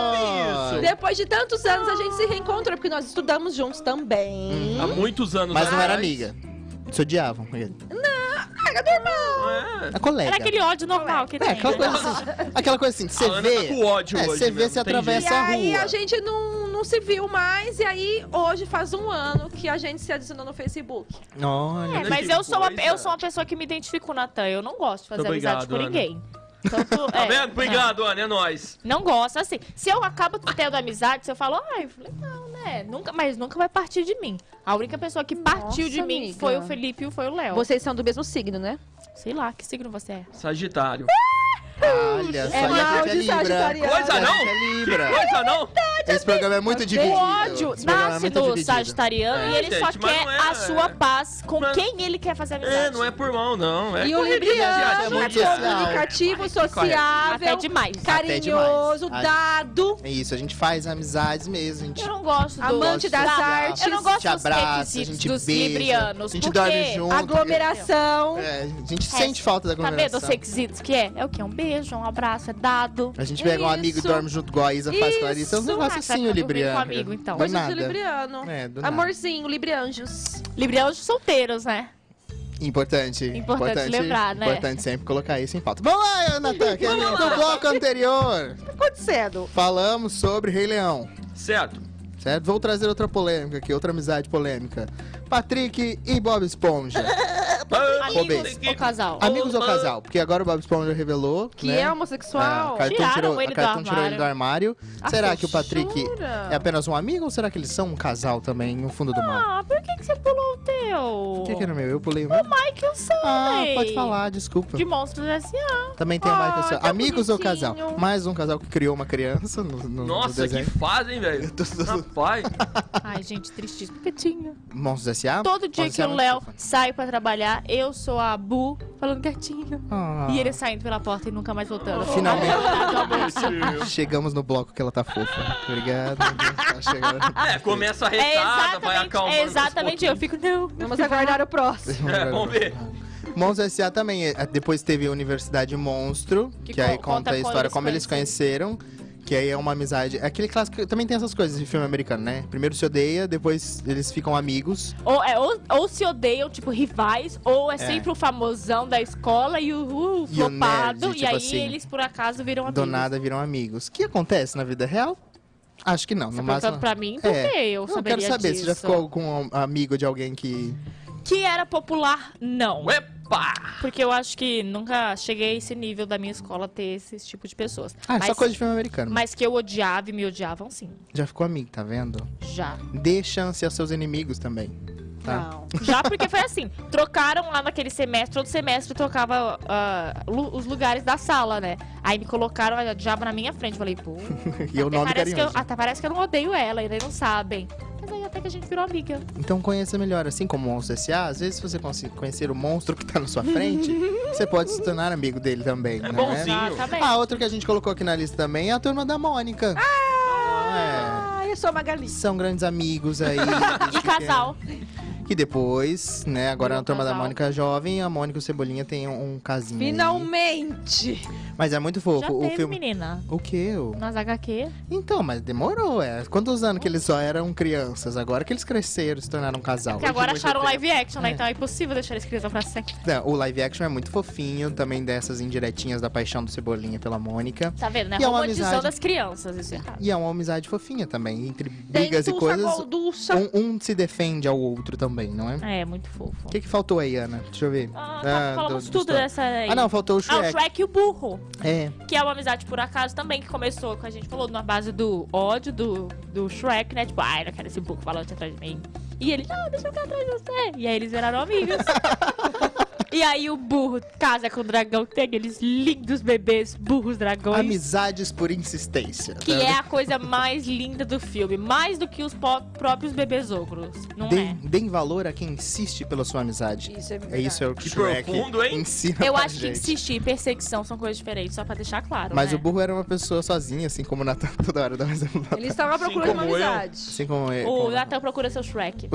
Speaker 4: só!
Speaker 2: Isso.
Speaker 3: Depois de tantos anos, a gente se reencontra, porque nós estudamos juntos também.
Speaker 2: Há muitos anos
Speaker 4: Mas não era
Speaker 2: atrás.
Speaker 4: amiga. Se odiavam. É
Speaker 3: Cara, normal.
Speaker 2: É.
Speaker 4: colega.
Speaker 5: Era aquele ódio normal que
Speaker 4: É,
Speaker 5: tem.
Speaker 4: aquela coisa assim. Aquela coisa assim, você
Speaker 2: A Ana
Speaker 4: vê.
Speaker 2: tá com ódio
Speaker 4: é,
Speaker 2: hoje
Speaker 4: você vê
Speaker 2: mesmo,
Speaker 4: se
Speaker 2: não tem
Speaker 4: atravessa
Speaker 3: e
Speaker 4: a é rua.
Speaker 3: aí a gente não, não se viu mais. E aí, hoje faz um ano que a gente se adicionou no Facebook.
Speaker 4: Olha.
Speaker 5: É, mas eu sou, uma,
Speaker 2: Coisa.
Speaker 5: eu sou uma pessoa que me identifico com o Natan. Eu não gosto de fazer
Speaker 2: Muito
Speaker 5: amizade
Speaker 2: obrigado,
Speaker 5: com
Speaker 2: Ana.
Speaker 5: ninguém.
Speaker 2: [LAUGHS]
Speaker 5: Então, Tanto,
Speaker 2: Tá vendo? Obrigado, Ana, é nóis.
Speaker 5: Não gosto, assim. Se eu acabo tendo amizade, se eu falo, ai, legal, né? Nunca, mas nunca vai partir de mim. A única pessoa que partiu
Speaker 3: Nossa,
Speaker 5: de mim
Speaker 3: amiga.
Speaker 5: foi o Felipe e foi É o Léo.
Speaker 3: Vocês são do mesmo signo, né?
Speaker 5: Sei lá, que signo você é?
Speaker 2: Sagitário.
Speaker 4: Olha só,
Speaker 3: É
Speaker 4: e a
Speaker 3: mal
Speaker 4: gente é
Speaker 3: de
Speaker 4: Libra.
Speaker 3: sagitariano.
Speaker 2: Coisa não?
Speaker 4: É Libra.
Speaker 2: Que coisa não?
Speaker 4: Esse programa é muito dividido.
Speaker 5: O ódio
Speaker 4: Esse programa é
Speaker 5: nasce
Speaker 4: muito
Speaker 5: do
Speaker 4: dividido.
Speaker 5: Sagitariano
Speaker 2: É,
Speaker 5: e ele só
Speaker 2: gente, mas
Speaker 5: quer
Speaker 2: não é-
Speaker 5: a sua paz com
Speaker 2: Mas-
Speaker 5: quem ele quer fazer amizade.
Speaker 2: É, não é por mão, não. É
Speaker 3: E o
Speaker 2: correria
Speaker 4: Libriano
Speaker 2: de
Speaker 3: Libriano
Speaker 4: é
Speaker 3: é
Speaker 4: muito social.
Speaker 3: comunicativo,
Speaker 5: Até
Speaker 3: sociável,
Speaker 5: demais.
Speaker 4: Até demais.
Speaker 3: carinhoso,
Speaker 4: Ai.
Speaker 3: dado.
Speaker 4: É isso, a gente faz amizades mesmo. A gente
Speaker 5: Eu não gosto do...
Speaker 3: Amante
Speaker 4: gosta de
Speaker 3: das
Speaker 4: social,
Speaker 3: artes.
Speaker 5: Eu não gosto
Speaker 4: te
Speaker 5: dos
Speaker 4: abraça, a
Speaker 5: requisitos
Speaker 4: gente
Speaker 5: dos
Speaker 4: beija,
Speaker 5: librianos,
Speaker 4: A gente
Speaker 5: porque
Speaker 4: dorme junto.
Speaker 3: Aglomeração.
Speaker 4: É, a gente sente falta da
Speaker 5: Tá vendo
Speaker 4: aglomeração.
Speaker 5: os requisitos que é? É o quê? Um beijo, um abraço, é dado.
Speaker 4: A gente pega um amigo e
Speaker 3: Isso.
Speaker 4: dorme junto, igual a Isa faz com a Larissa. É um
Speaker 5: Isso.
Speaker 4: negócio
Speaker 5: Ah, tá
Speaker 4: assim, o
Speaker 5: dormindo
Speaker 4: Libriano.
Speaker 5: com amigo, então.
Speaker 4: Do
Speaker 3: Coisa
Speaker 4: nada.
Speaker 3: de Libriano.
Speaker 4: É, do nada.
Speaker 3: Amorzinho, Librianjos.
Speaker 5: Librianos solteiros, né?
Speaker 4: Importante.
Speaker 5: Importante lembrar, né?
Speaker 4: Importante sempre colocar isso em pauta. Vamos lá, Natan, que no bloco anterior
Speaker 3: Tá acontecendo?
Speaker 4: falamos sobre Rei Leão.
Speaker 2: Certo.
Speaker 4: Certo? Vou trazer outra polêmica aqui, outra amizade polêmica. Patrick e Bob Esponja.
Speaker 5: Amigos ou casal?
Speaker 4: Amigos ou casal? Porque agora o Bob Esponja revelou
Speaker 3: Que
Speaker 4: né?
Speaker 3: é
Speaker 4: Ah,
Speaker 3: homossexual.
Speaker 4: Cartoon
Speaker 5: Tiraram
Speaker 4: tirou,
Speaker 5: ele
Speaker 4: a Cartoon
Speaker 5: do
Speaker 4: tirou ele do armário.
Speaker 5: A
Speaker 4: será que o Patrick
Speaker 3: fechura.
Speaker 4: é apenas um amigo ou será que eles são um casal também no fundo do mar?
Speaker 5: Ah, por que, que você pulou o teu?
Speaker 4: O que, que era meu? Eu pulei o meu.
Speaker 5: Michael Sullivan.
Speaker 4: Ah, pode falar, desculpa.
Speaker 5: De Monstros S.A.
Speaker 4: Também tem a
Speaker 3: Ah,
Speaker 4: Michael Sullivan.
Speaker 3: tá
Speaker 4: Amigos ou
Speaker 3: bonitinho.
Speaker 4: casal? Mais um casal que criou uma criança no, no- no
Speaker 2: Nossa, que
Speaker 4: desenho.
Speaker 2: fase, hein, velho? Rapaz.
Speaker 5: Ai, gente, tristíssimo. Quietinho.
Speaker 4: Monstros S.A.?
Speaker 5: Todo dia
Speaker 4: Monstros
Speaker 5: que
Speaker 4: S.A.
Speaker 5: o
Speaker 4: é
Speaker 5: Léo
Speaker 4: muito fofa.
Speaker 5: sai pra trabalhar, eu sou a Bu falando quietinho.
Speaker 4: Ah.
Speaker 5: E ele saindo pela porta e nunca mais voltando.
Speaker 4: Finalmente. Chegamos no bloco que ela tá fofa. Obrigado. meu Deus, tá chegando.
Speaker 2: É, começa a
Speaker 5: É
Speaker 2: retada, vai
Speaker 5: exatamente,
Speaker 2: acalmando.
Speaker 5: é
Speaker 2: aos
Speaker 5: exatamente. Eu fico, não.
Speaker 3: Vamos aguardar o próximo.
Speaker 2: pouquinhos. [LAUGHS] É, vamos ver.
Speaker 4: Monstros S.A. também. é, Depois teve a Universidade Monstro, que,
Speaker 5: Que
Speaker 4: aí
Speaker 5: co-
Speaker 4: conta
Speaker 5: conta
Speaker 4: a
Speaker 5: quando
Speaker 4: história
Speaker 5: eles
Speaker 4: como eles conheceram. Que aí é uma amizade. é Aquele clássico. Também tem essas coisas de filme americano, né? Primeiro se odeia, depois eles ficam amigos.
Speaker 5: Ou, é, ou, ou se odeiam, tipo, rivais, ou é, sempre o famosão da escola e o uh,
Speaker 4: E o nerd,
Speaker 5: flopado. E,
Speaker 4: tipo
Speaker 5: aí
Speaker 4: assim,
Speaker 5: eles, por acaso, viram amigos.
Speaker 4: Do nada viram amigos. que acontece na vida real? Acho que não.
Speaker 5: Você
Speaker 4: no
Speaker 5: perguntando
Speaker 4: máximo.
Speaker 5: pra mim? Por
Speaker 4: É.
Speaker 5: que eu
Speaker 4: Não,
Speaker 5: saberia
Speaker 4: quero saber,
Speaker 5: disso?
Speaker 4: você já ficou com um amigo de alguém que.
Speaker 5: Que era popular? Não.
Speaker 2: Uepa!
Speaker 5: Porque eu acho que nunca cheguei a esse nível da minha escola ter esse tipo de pessoas.
Speaker 4: Ah, é
Speaker 5: mas,
Speaker 4: só coisa de filme americano.
Speaker 5: mas que eu odiava e me odiavam, sim.
Speaker 4: Já ficou amigo, tá vendo?
Speaker 5: Já.
Speaker 4: Dê chance aos seus inimigos também. Tá.
Speaker 3: Não.
Speaker 5: Já porque foi assim. Trocaram lá naquele semestre, todo semestre trocava ah, lu- os lugares da sala, né? Aí me colocaram a diabo na minha frente. Falei, pô.
Speaker 4: e [LAUGHS] o
Speaker 5: até
Speaker 4: nome
Speaker 5: parece que eu,
Speaker 4: carinhoso.
Speaker 5: até parece que eu não odeio ela, eles não sabem. Mas aí até que a gente virou amiga.
Speaker 4: Então conheça melhor, assim como o Monstro S.A., às vezes se você consi- conhecer o monstro que tá na sua
Speaker 5: [LAUGHS]
Speaker 4: frente, você pode se tornar amigo dele também,
Speaker 2: É
Speaker 4: não
Speaker 2: bonzinho.
Speaker 5: Ah, tá bem.
Speaker 4: Ah, outro que a gente colocou aqui na lista também é a turma da Mônica. Ah!
Speaker 3: Ah, eu sou uma galinha.
Speaker 4: São grandes amigos
Speaker 5: [LAUGHS]
Speaker 4: aí.
Speaker 5: Tá, E
Speaker 4: é?
Speaker 5: casal.
Speaker 4: E depois, né, agora
Speaker 5: Virou
Speaker 4: na turma da
Speaker 5: casal.
Speaker 4: Hum. Mônica jovem, a Mônica e o Cebolinha tem um, um casinho. aí.
Speaker 3: Finalmente!
Speaker 4: Mas é muito fofo.
Speaker 5: Já
Speaker 4: o
Speaker 5: teve,
Speaker 4: filme.
Speaker 5: menina.
Speaker 4: O que?
Speaker 5: Nas HQ.
Speaker 4: Então, mas demorou, é. Quantos anos que eles só eram crianças? Agora que eles cresceram, se tornaram um casal.
Speaker 5: Porque agora acharam live action, né?
Speaker 4: É.
Speaker 5: Então é impossível deixar eles crianças pra sempre.
Speaker 4: Não, o live action é muito fofinho, também dessas indiretinhas da paixão do Cebolinha pela Mônica.
Speaker 5: Tá vendo, né?
Speaker 4: E é uma
Speaker 5: Romantizando
Speaker 4: amizade.
Speaker 5: as crianças, isso é errado.
Speaker 4: E é uma amizade fofinha também, entre
Speaker 3: Tem
Speaker 4: brigas
Speaker 3: Tussa,
Speaker 4: e coisas.
Speaker 3: Golduça.
Speaker 4: Um, um se defende ao outro também, não é?
Speaker 5: É, muito fofo.
Speaker 4: O que, que faltou aí, Ana? Deixa eu ver.
Speaker 5: Ah, tá, falamos
Speaker 4: É, do- do
Speaker 5: tudo
Speaker 4: história.
Speaker 5: dessa aí.
Speaker 4: Ah, não, faltou o
Speaker 5: Ah, o
Speaker 4: Shrek.
Speaker 5: Shrek e o Burro.
Speaker 4: É.
Speaker 5: Que é uma amizade por acaso também, que começou, que a gente falou, na base do ódio do, do Shrek, né? Tipo, ai, não quero esse burro falante atrás de mim. E ele, não, deixa eu ficar atrás de você. E aí eles viraram amigos.
Speaker 4: [LAUGHS]
Speaker 5: e aí o burro casa com o dragão, que tem aqueles lindos bebês, burros dragões.
Speaker 4: Amizades por insistência.
Speaker 5: Que
Speaker 4: né?
Speaker 5: é a coisa mais linda do filme. Mais do que os po- próprios bebês ogros. Não é?
Speaker 4: Deem, deem valor a quem insiste pela sua amizade.
Speaker 3: Isso é
Speaker 4: É
Speaker 3: verdade.
Speaker 4: isso é o que
Speaker 2: Que
Speaker 4: Shrek
Speaker 2: profundo, hein?
Speaker 4: ensina [LAUGHS]
Speaker 5: é? Eu
Speaker 4: pra
Speaker 5: acho que
Speaker 4: gente.
Speaker 5: insistir e perseguição são coisas diferentes, só pra deixar claro.
Speaker 4: Mas
Speaker 5: né?
Speaker 4: o burro era uma pessoa sozinha, assim como o Natan [LAUGHS] toda hora dá um exemplo. do Natan.
Speaker 3: Eles estavam à procura de uma
Speaker 2: como eu.
Speaker 3: amizade.
Speaker 4: Assim como ele.
Speaker 5: O
Speaker 4: como-
Speaker 5: Natan procura
Speaker 4: [LAUGHS]
Speaker 5: seu Shrek.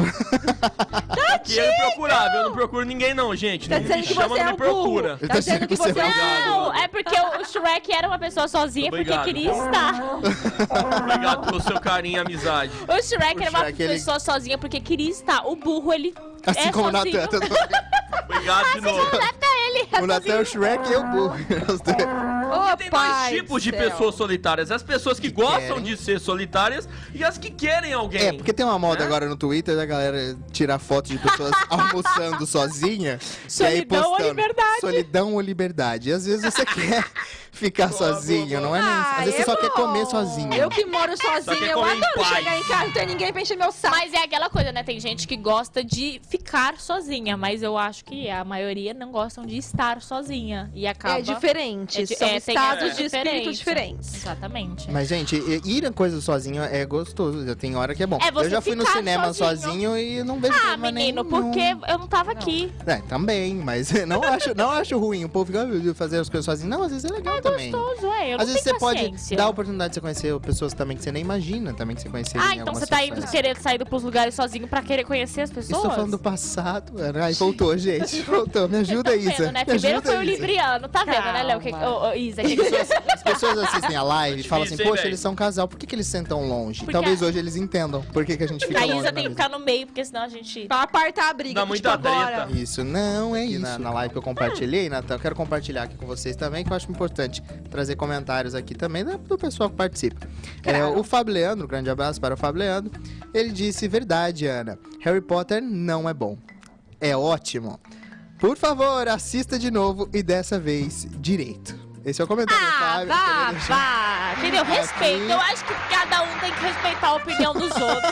Speaker 2: Que eu procurar, eu não procuro ninguém não, gente.
Speaker 3: Tá
Speaker 2: não
Speaker 3: dizendo
Speaker 2: me
Speaker 3: que
Speaker 2: chama,
Speaker 3: você
Speaker 2: não
Speaker 3: é
Speaker 2: me
Speaker 3: o
Speaker 2: procura.
Speaker 3: burro. Tá dizendo que você é
Speaker 4: Ah,
Speaker 3: o
Speaker 5: Não,
Speaker 3: burro.
Speaker 5: é porque o Shrek era uma pessoa sozinha porque
Speaker 2: Obrigado.
Speaker 5: queria estar.
Speaker 2: Obrigado pelo seu carinho e amizade.
Speaker 5: O Shrek
Speaker 4: O
Speaker 5: era uma
Speaker 4: Shrek, ele-
Speaker 5: pessoa sozinha porque queria estar. O burro, ele
Speaker 4: Assim
Speaker 5: é
Speaker 4: como o
Speaker 5: sozinho.
Speaker 4: Natan. toda hora.
Speaker 2: Obrigado de novo.
Speaker 5: Até ele é
Speaker 4: O Natan é o Shrek e eu o burro. [LAUGHS] Os dois.
Speaker 2: Tem
Speaker 3: Ô,
Speaker 2: dois
Speaker 3: pai
Speaker 2: tipos de
Speaker 3: do céu.
Speaker 2: pessoas solitárias. As pessoas que, gostam
Speaker 4: querem.
Speaker 2: de ser solitárias e as que querem alguém.
Speaker 4: É, porque tem uma moda
Speaker 2: Hã?
Speaker 4: agora no Twitter da galera tirar foto de
Speaker 5: [LAUGHS]
Speaker 4: pessoas almoçando sozinha. e aí
Speaker 5: Solidão ou
Speaker 4: postando,
Speaker 5: liberdade?
Speaker 4: Solidão ou liberdade. E às vezes
Speaker 5: [LAUGHS]
Speaker 4: você quer ficar sozinho, não é? nem-
Speaker 3: Ah,
Speaker 4: às vezes você
Speaker 3: é
Speaker 4: só quer comer
Speaker 3: bom.
Speaker 4: sozinho.
Speaker 3: Eu que moro
Speaker 2: assim. Só
Speaker 3: sozinha,
Speaker 2: quer
Speaker 3: eu
Speaker 2: comer em
Speaker 3: adoro
Speaker 2: paz.
Speaker 3: chegar em casa e não ter ninguém pra encher meu saco.
Speaker 5: Mas é aquela coisa, né? Tem gente que gosta de ficar sozinha, mas eu acho que a maioria não gostam de estar sozinha. E acaba.
Speaker 3: É diferente,
Speaker 5: É di-
Speaker 3: são
Speaker 5: é, tem
Speaker 3: estados
Speaker 5: essa
Speaker 3: de espírito
Speaker 5: diferença.
Speaker 3: diferentes.
Speaker 5: Exatamente.
Speaker 4: Mas, gente, e- ir a coisa sozinho é gostoso. Já tem hora que é bom.
Speaker 5: É você
Speaker 4: eu já fui no
Speaker 5: ficar
Speaker 4: cinema sozinho,
Speaker 5: sozinho.
Speaker 4: e não vejo
Speaker 5: Ah,
Speaker 4: problema
Speaker 5: menino,
Speaker 4: nenhum.
Speaker 5: porque eu não tava aqui.
Speaker 4: É, também, mas [LAUGHS] não acho, não acho ruim. O povo fica "Ah, fazer as coisas sozinho. Não, às vezes é legal também.
Speaker 5: Gostoso, é. Eu
Speaker 4: Às
Speaker 5: não
Speaker 4: vezes
Speaker 5: tenho
Speaker 4: você pode
Speaker 5: paciência.
Speaker 4: dar a oportunidade de você conhecer pessoas também que você nem imagina, também que você conheceu.
Speaker 5: Ah,
Speaker 4: em
Speaker 5: então
Speaker 4: algumas
Speaker 5: você tá indo
Speaker 4: situações.
Speaker 5: querendo sair do- pros lugares sozinho pra querer conhecer as pessoas?
Speaker 4: Estou falando do passado. Ana. Ai, voltou,
Speaker 5: [LAUGHS]
Speaker 4: gente. Voltou. Me ajuda,
Speaker 5: Tá
Speaker 4: Isa.
Speaker 5: vendo, né?
Speaker 4: Me
Speaker 5: Primeiro
Speaker 4: ajuda,
Speaker 5: foi o
Speaker 4: Isa.
Speaker 5: Libriano, tá vendo, né, Léo? Que, ô, ô, Isa, que que você-
Speaker 4: As pessoas assistem a live e falam assim,
Speaker 2: Difícil, hein,
Speaker 4: poxa,
Speaker 2: velho?
Speaker 4: eles são um casal, por que, que eles sentam longe?
Speaker 5: Porque
Speaker 4: Talvez
Speaker 5: a-
Speaker 4: hoje eles entendam por que, que a gente [LAUGHS] fica
Speaker 5: a
Speaker 4: longe. né,
Speaker 5: Isa
Speaker 4: na
Speaker 5: tem que
Speaker 4: mesa.
Speaker 5: ficar no meio, porque senão a gente.
Speaker 3: Pra apartar a briga.
Speaker 2: Dá
Speaker 3: tipo,
Speaker 2: muita
Speaker 3: agora.
Speaker 2: treta.
Speaker 4: Isso, não é isso. Na, na live que eu compartilhei, Natan, eu quero compartilhar aqui com vocês também, que eu acho importante trazer comentários aqui também da- do pessoal que participa. É, o Fábio Leandro, grande abraço para o Fábio Leandro. Ele disse: Verdade, Ana, Harry Potter não é bom. É ótimo. Por favor, assista de novo e dessa vez direito. Esse é o comentário,
Speaker 5: Ah,
Speaker 4: Fábio.
Speaker 5: vá, vá. Entendeu? Respeito. Eu acho que cada um tem que respeitar a
Speaker 4: [LAUGHS]
Speaker 5: opinião dos outros.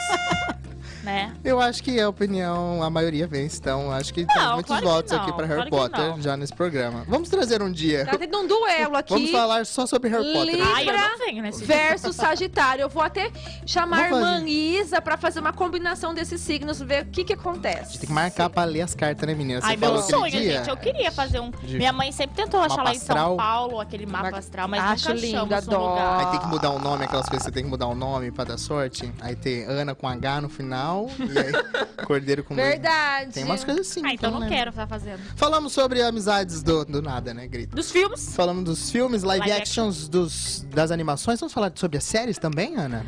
Speaker 5: né?
Speaker 4: Eu acho que é a opinião, a maioria vence, então acho que tem
Speaker 5: Não,
Speaker 4: muitos
Speaker 5: claro que
Speaker 4: votos
Speaker 5: não,
Speaker 4: aqui para Harry
Speaker 5: claro que
Speaker 4: Potter
Speaker 5: não.
Speaker 4: já nesse programa. Vamos trazer um dia.
Speaker 3: Tá tendo um duelo aqui.
Speaker 4: Vamos falar só sobre Harry Potter.
Speaker 3: Livro-
Speaker 5: Ai, eu não venho nesse
Speaker 3: Verso Sagitário. Eu vou até chamar a
Speaker 4: Vamos
Speaker 3: irmã Isa pra fazer uma combinação desses signos, ver o que que acontece.
Speaker 4: Tem que marcar pra ler as cartas, né, menina? Você
Speaker 5: Ai, meu
Speaker 4: falou aquele
Speaker 5: sonho,
Speaker 4: dia.
Speaker 5: gente. Eu queria fazer um.
Speaker 4: De-
Speaker 5: Minha mãe sempre tentou achar lá em
Speaker 4: astral.
Speaker 5: São Paulo aquele mapa astral, mas
Speaker 3: Acho
Speaker 5: nunca
Speaker 3: lindo,
Speaker 5: achamos um
Speaker 3: adoro.
Speaker 5: lugar.
Speaker 4: Aí tem que mudar o nome, aquelas coisas que você tem que mudar o nome pra dar sorte. Aí tem Ana com H no final e
Speaker 5: [LAUGHS]
Speaker 4: aí Cordeiro com dois-
Speaker 3: Verdade.
Speaker 4: Tem umas coisas assim.
Speaker 5: Ah, então
Speaker 4: que eu
Speaker 5: não
Speaker 4: lembro.
Speaker 5: quero estar fazendo.
Speaker 4: Falamos sobre amizades do, do nada, né, Grito?
Speaker 5: Dos filmes?
Speaker 4: Falamos dos filmes, live,
Speaker 5: Live
Speaker 4: actions dos, das animações. Vamos falar sobre as séries também, Ana?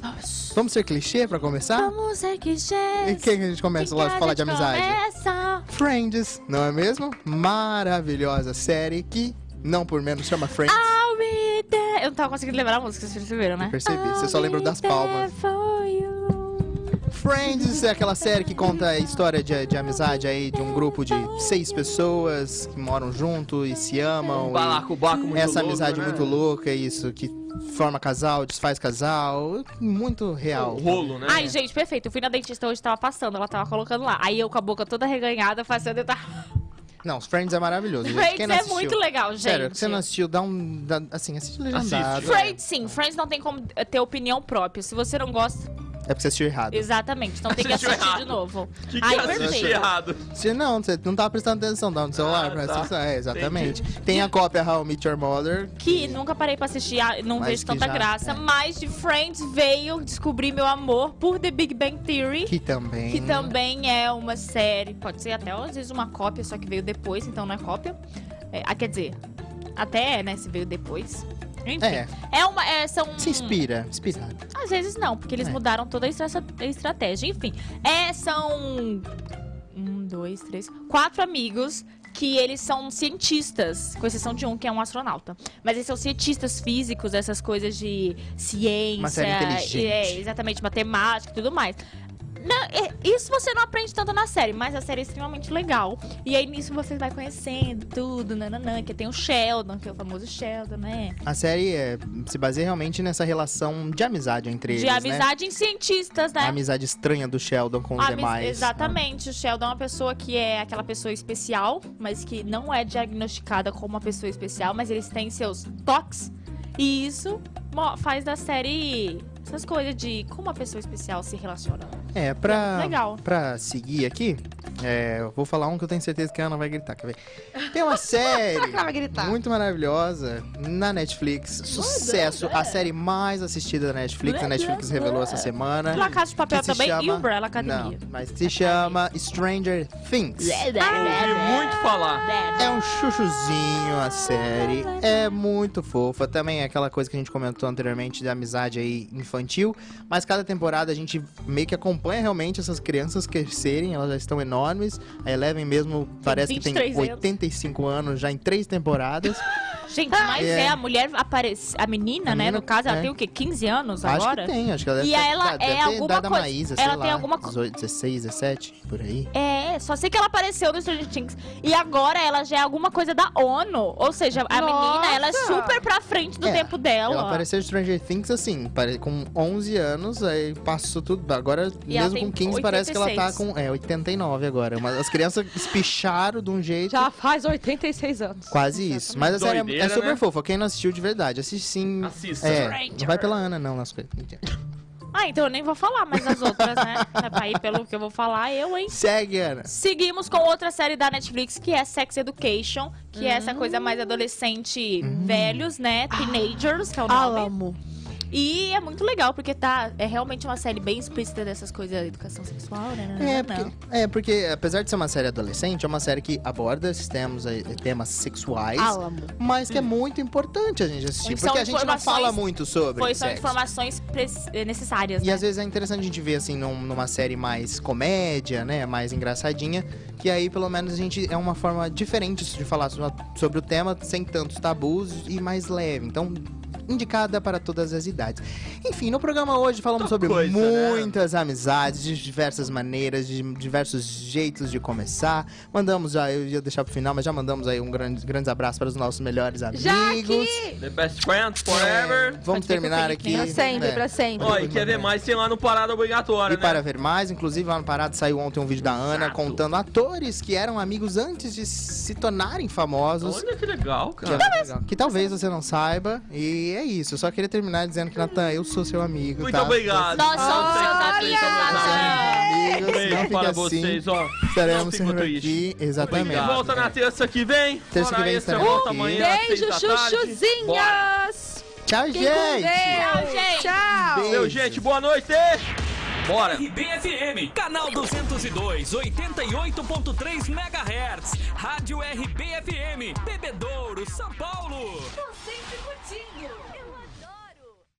Speaker 5: Vamos.
Speaker 4: Vamos ser clichê pra começar?
Speaker 5: Vamos ver que
Speaker 4: E quem que a gente começa, lógico, falar de amizade?
Speaker 5: Começa.
Speaker 4: Friends, não é mesmo? Maravilhosa série que, não por menos, chama Friends.
Speaker 5: I'll be there. Eu não tava conseguindo lembrar a música, vocês perceberam, né?
Speaker 4: Eu percebi, você só lembrou das palmas.
Speaker 5: I'll be there for you.
Speaker 4: Friends é aquela série que conta a história de, de amizade aí de um grupo de seis pessoas que moram junto e se amam.
Speaker 2: Um
Speaker 4: e
Speaker 2: balacobaco muito
Speaker 4: essa
Speaker 2: louco,
Speaker 4: amizade
Speaker 2: né?
Speaker 4: muito louca, isso, que forma casal, desfaz casal, muito real.
Speaker 2: O rolo, né?
Speaker 5: Ai, gente, perfeito. Eu fui na dentista hoje, tava passando, ela tava colocando lá. Aí eu com a boca toda reganhada, fazendo. Eu tava...
Speaker 4: Não, Friends é maravilhoso. gente.
Speaker 5: Friends
Speaker 4: Quem não
Speaker 5: é
Speaker 4: assistiu-
Speaker 5: muito legal, gente.
Speaker 4: Sério, que você não assistiu, dá um. dá- assim, assiste legendado.
Speaker 5: Friends, sim. Friends não tem como eh, ter opinião própria. Se você não gosta,
Speaker 4: É porque você assistiu errado.
Speaker 5: exatamente. Então tem que
Speaker 2: Assistiu
Speaker 5: assistir
Speaker 2: errado.
Speaker 5: de novo.
Speaker 2: que que
Speaker 5: Ai,
Speaker 2: eu assisti
Speaker 5: perfeito.
Speaker 2: errado?
Speaker 4: Se não, você não tá prestando atenção, dá no celular
Speaker 2: Ah,
Speaker 4: pra
Speaker 2: tá.
Speaker 4: assistir. É, exatamente. Tem a cópia How I Meet Your Mother,
Speaker 5: Que nunca parei pra assistir, ah, não
Speaker 4: Mas
Speaker 5: vejo
Speaker 4: que
Speaker 5: tanta
Speaker 4: já-
Speaker 5: graça.
Speaker 4: é.
Speaker 5: Mas de Friends veio descobrir meu amor por The Big Bang Theory.
Speaker 4: que também.
Speaker 5: Que também é uma série, pode ser até às vezes uma cópia, só que veio depois, então não é cópia. É, ah, quer dizer, Até é, né? Se veio depois. Enfim.
Speaker 4: É,
Speaker 5: É uma. é, são.
Speaker 4: se inspira, inspirado.
Speaker 5: Às vezes não, porque eles
Speaker 4: É.
Speaker 5: mudaram toda a estra- a estratégia. Enfim, é, são. Um, dois, três. Quatro amigos que eles são cientistas, com exceção de um que é um astronauta. Mas eles são cientistas físicos, essas coisas de ciência.
Speaker 4: Uma série inteligente.
Speaker 5: É, exatamente, matemática e tudo mais. Não, é, isso você não aprende tanto na série, mas a série é extremamente legal. E aí nisso você vai conhecendo tudo, nananã, que tem o Sheldon, que é o famoso Sheldon, né?
Speaker 4: A série é- se baseia realmente nessa relação de amizade entre
Speaker 5: de
Speaker 4: eles, né?
Speaker 5: amizade em cientistas, né?
Speaker 4: A amizade estranha do Sheldon com os
Speaker 5: Ah, mas-
Speaker 4: demais. né?
Speaker 5: Exatamente. O Sheldon é uma pessoa que é aquela pessoa especial, mas que não é diagnosticada como uma pessoa especial, mas eles têm seus toques. E isso mo- faz da série essas coisas de como uma pessoa especial se relaciona.
Speaker 4: É, pra,
Speaker 5: Legal.
Speaker 4: pra seguir aqui, é, eu vou falar um que eu tenho certeza que a Ana vai gritar, quer ver? Tem uma série
Speaker 3: ela vai gritar?
Speaker 4: muito maravilhosa na Netflix, sucesso, a série mais assistida da Netflix, a Netflix revelou essa semana.
Speaker 5: La Casa de Papel
Speaker 4: Ah, que se
Speaker 5: também e
Speaker 4: chama-
Speaker 5: Umbrella Academia.
Speaker 4: Não, mas se chama Stranger Things.
Speaker 2: Ouvi muito falar.
Speaker 4: É um chuchuzinho a série, é muito fofa. Também é aquela coisa que a gente comentou anteriormente da amizade aí infantil. Mas cada temporada a gente meio que acompanha realmente essas crianças crescerem, elas já estão enormes. A Eleven mesmo parece que tem
Speaker 5: 23 anos.
Speaker 4: 85 anos já em três temporadas.
Speaker 5: Gente, mas
Speaker 4: É.
Speaker 5: é, a mulher aparece. A menina,
Speaker 4: A
Speaker 5: né?
Speaker 4: menina-
Speaker 5: No caso,
Speaker 4: é.
Speaker 5: ela tem o quê? 15 anos
Speaker 4: acho
Speaker 5: agora?
Speaker 4: que tem, acho que ela deve
Speaker 5: E
Speaker 4: ter-
Speaker 5: ela
Speaker 4: deve
Speaker 5: é
Speaker 4: ter
Speaker 5: alguma
Speaker 4: idade da
Speaker 5: coisa-
Speaker 4: Maísa,
Speaker 5: ela
Speaker 4: sei
Speaker 5: tem
Speaker 4: lá,
Speaker 5: alguma co-
Speaker 4: 18, 16, 17, por aí.
Speaker 5: É, só sei que ela apareceu no Stranger Things. E agora ela já é alguma coisa da ONU. Ou seja, a menina, ela é
Speaker 3: Nossa!
Speaker 5: super pra frente do
Speaker 4: É,
Speaker 5: tempo dela.
Speaker 4: Ela apareceu em Stranger Things assim, pare- com 11 anos, aí passou tudo. Agora,
Speaker 5: E ela
Speaker 4: mesmo
Speaker 5: tem
Speaker 4: com 15, parece que ela tá
Speaker 5: 86.
Speaker 4: com. É, 89 agora. Mas as crianças espicharam de um jeito.
Speaker 3: Já faz 86 anos.
Speaker 4: Quase isso. Mas a série é- é
Speaker 2: Doideira,
Speaker 4: super
Speaker 2: né?
Speaker 4: fofa. Quem não assistiu de verdade, assiste sim.
Speaker 2: Assista.
Speaker 4: É,
Speaker 5: Stranger.
Speaker 4: não vai pela Ana, não, nas coisas.
Speaker 5: Ah, então eu nem vou falar mais das outras, né? É pra ir pelo que eu vou falar, eu, hein?
Speaker 4: Segue, Ana.
Speaker 5: Seguimos com outra série da Netflix, que é Sex Education, que é essa coisa mais adolescente,
Speaker 4: Hum.
Speaker 5: velhos, né?
Speaker 4: Ah,
Speaker 5: Teenagers, que é o nome.
Speaker 3: Alamo.
Speaker 5: E é muito legal, porque tá, é realmente uma série bem explícita dessas coisas da educação sexual, né?
Speaker 4: É
Speaker 5: Não, não, não.
Speaker 4: porque, é, porque apesar de ser uma série adolescente, é uma série que aborda esses temas, eh, temas sexuais,
Speaker 3: Alamo.
Speaker 4: mas que é muito importante a gente assistir.
Speaker 5: Hum. São
Speaker 4: Porque a gente não
Speaker 5: informações-
Speaker 4: fala muito sobre
Speaker 5: Foi, são
Speaker 4: sexo.
Speaker 5: informações pres- eh, necessárias,
Speaker 4: E
Speaker 5: né?
Speaker 4: às vezes é interessante a gente ver, assim, num- numa série mais comédia, né? Mais engraçadinha. Que aí, pelo menos, a gente é uma forma diferente de falar so- sobre o tema, sem tantos tabus e mais leve. Então, indicada para todas as idades. Enfim, no programa hoje falamos
Speaker 2: Muita
Speaker 4: sobre
Speaker 2: coisa, né?
Speaker 4: muitas amizades, de diversas maneiras, de diversos jeitos de começar. Mandamos já, eu ia deixar pro final, mas já mandamos aí um grande, grande abraço para os nossos melhores amigos.
Speaker 3: Já aqui!
Speaker 2: The best friends
Speaker 4: É,
Speaker 2: forever.
Speaker 4: vamos terminar
Speaker 5: Felipe,
Speaker 4: aqui.
Speaker 3: Pra sempre,
Speaker 4: É.
Speaker 3: pra sempre.
Speaker 2: né? Ó, e quer ver mais? Tem lá no Parada Obrigatória,
Speaker 4: E
Speaker 2: né?
Speaker 4: para ver mais, inclusive lá no Parado saiu ontem um vídeo da Ana
Speaker 2: Exato.
Speaker 4: contando atores que eram amigos antes de se tornarem famosos.
Speaker 2: Olha que legal,
Speaker 4: Que, é
Speaker 2: cara.
Speaker 4: que talvez você não saiba. E é isso. Eu só queria terminar dizendo que, Natan, eu sou seu amigo.
Speaker 2: Muito
Speaker 4: tá?
Speaker 2: obrigado.
Speaker 5: Nós somos seus amigos, Natan.
Speaker 4: Amigos,
Speaker 2: Um beijo
Speaker 4: não fique
Speaker 2: para
Speaker 4: assim.
Speaker 2: vocês, ó. Não
Speaker 4: Estaremos
Speaker 2: fico
Speaker 4: sempre
Speaker 2: triste.
Speaker 4: aqui. Exatamente.
Speaker 2: Obrigado. Volta na terça que vem.
Speaker 4: Terça que
Speaker 2: Hora
Speaker 4: vem
Speaker 2: extra,
Speaker 4: estaremos
Speaker 2: volta
Speaker 4: aqui.
Speaker 2: amanhã. às
Speaker 3: Beijo,
Speaker 2: seis da tarde. Bora.
Speaker 3: chuchuzinhas!
Speaker 4: Tchau,
Speaker 3: Fiquem com
Speaker 4: gente.
Speaker 3: Deus!
Speaker 5: Tchau, gente.
Speaker 3: Tchau!
Speaker 2: Meu gente, boa noite! Bora!
Speaker 1: RBFM, canal 202, 88.3 MHz. Rádio RBFM, Bebedouro, São Paulo.
Speaker 7: sempre contigo.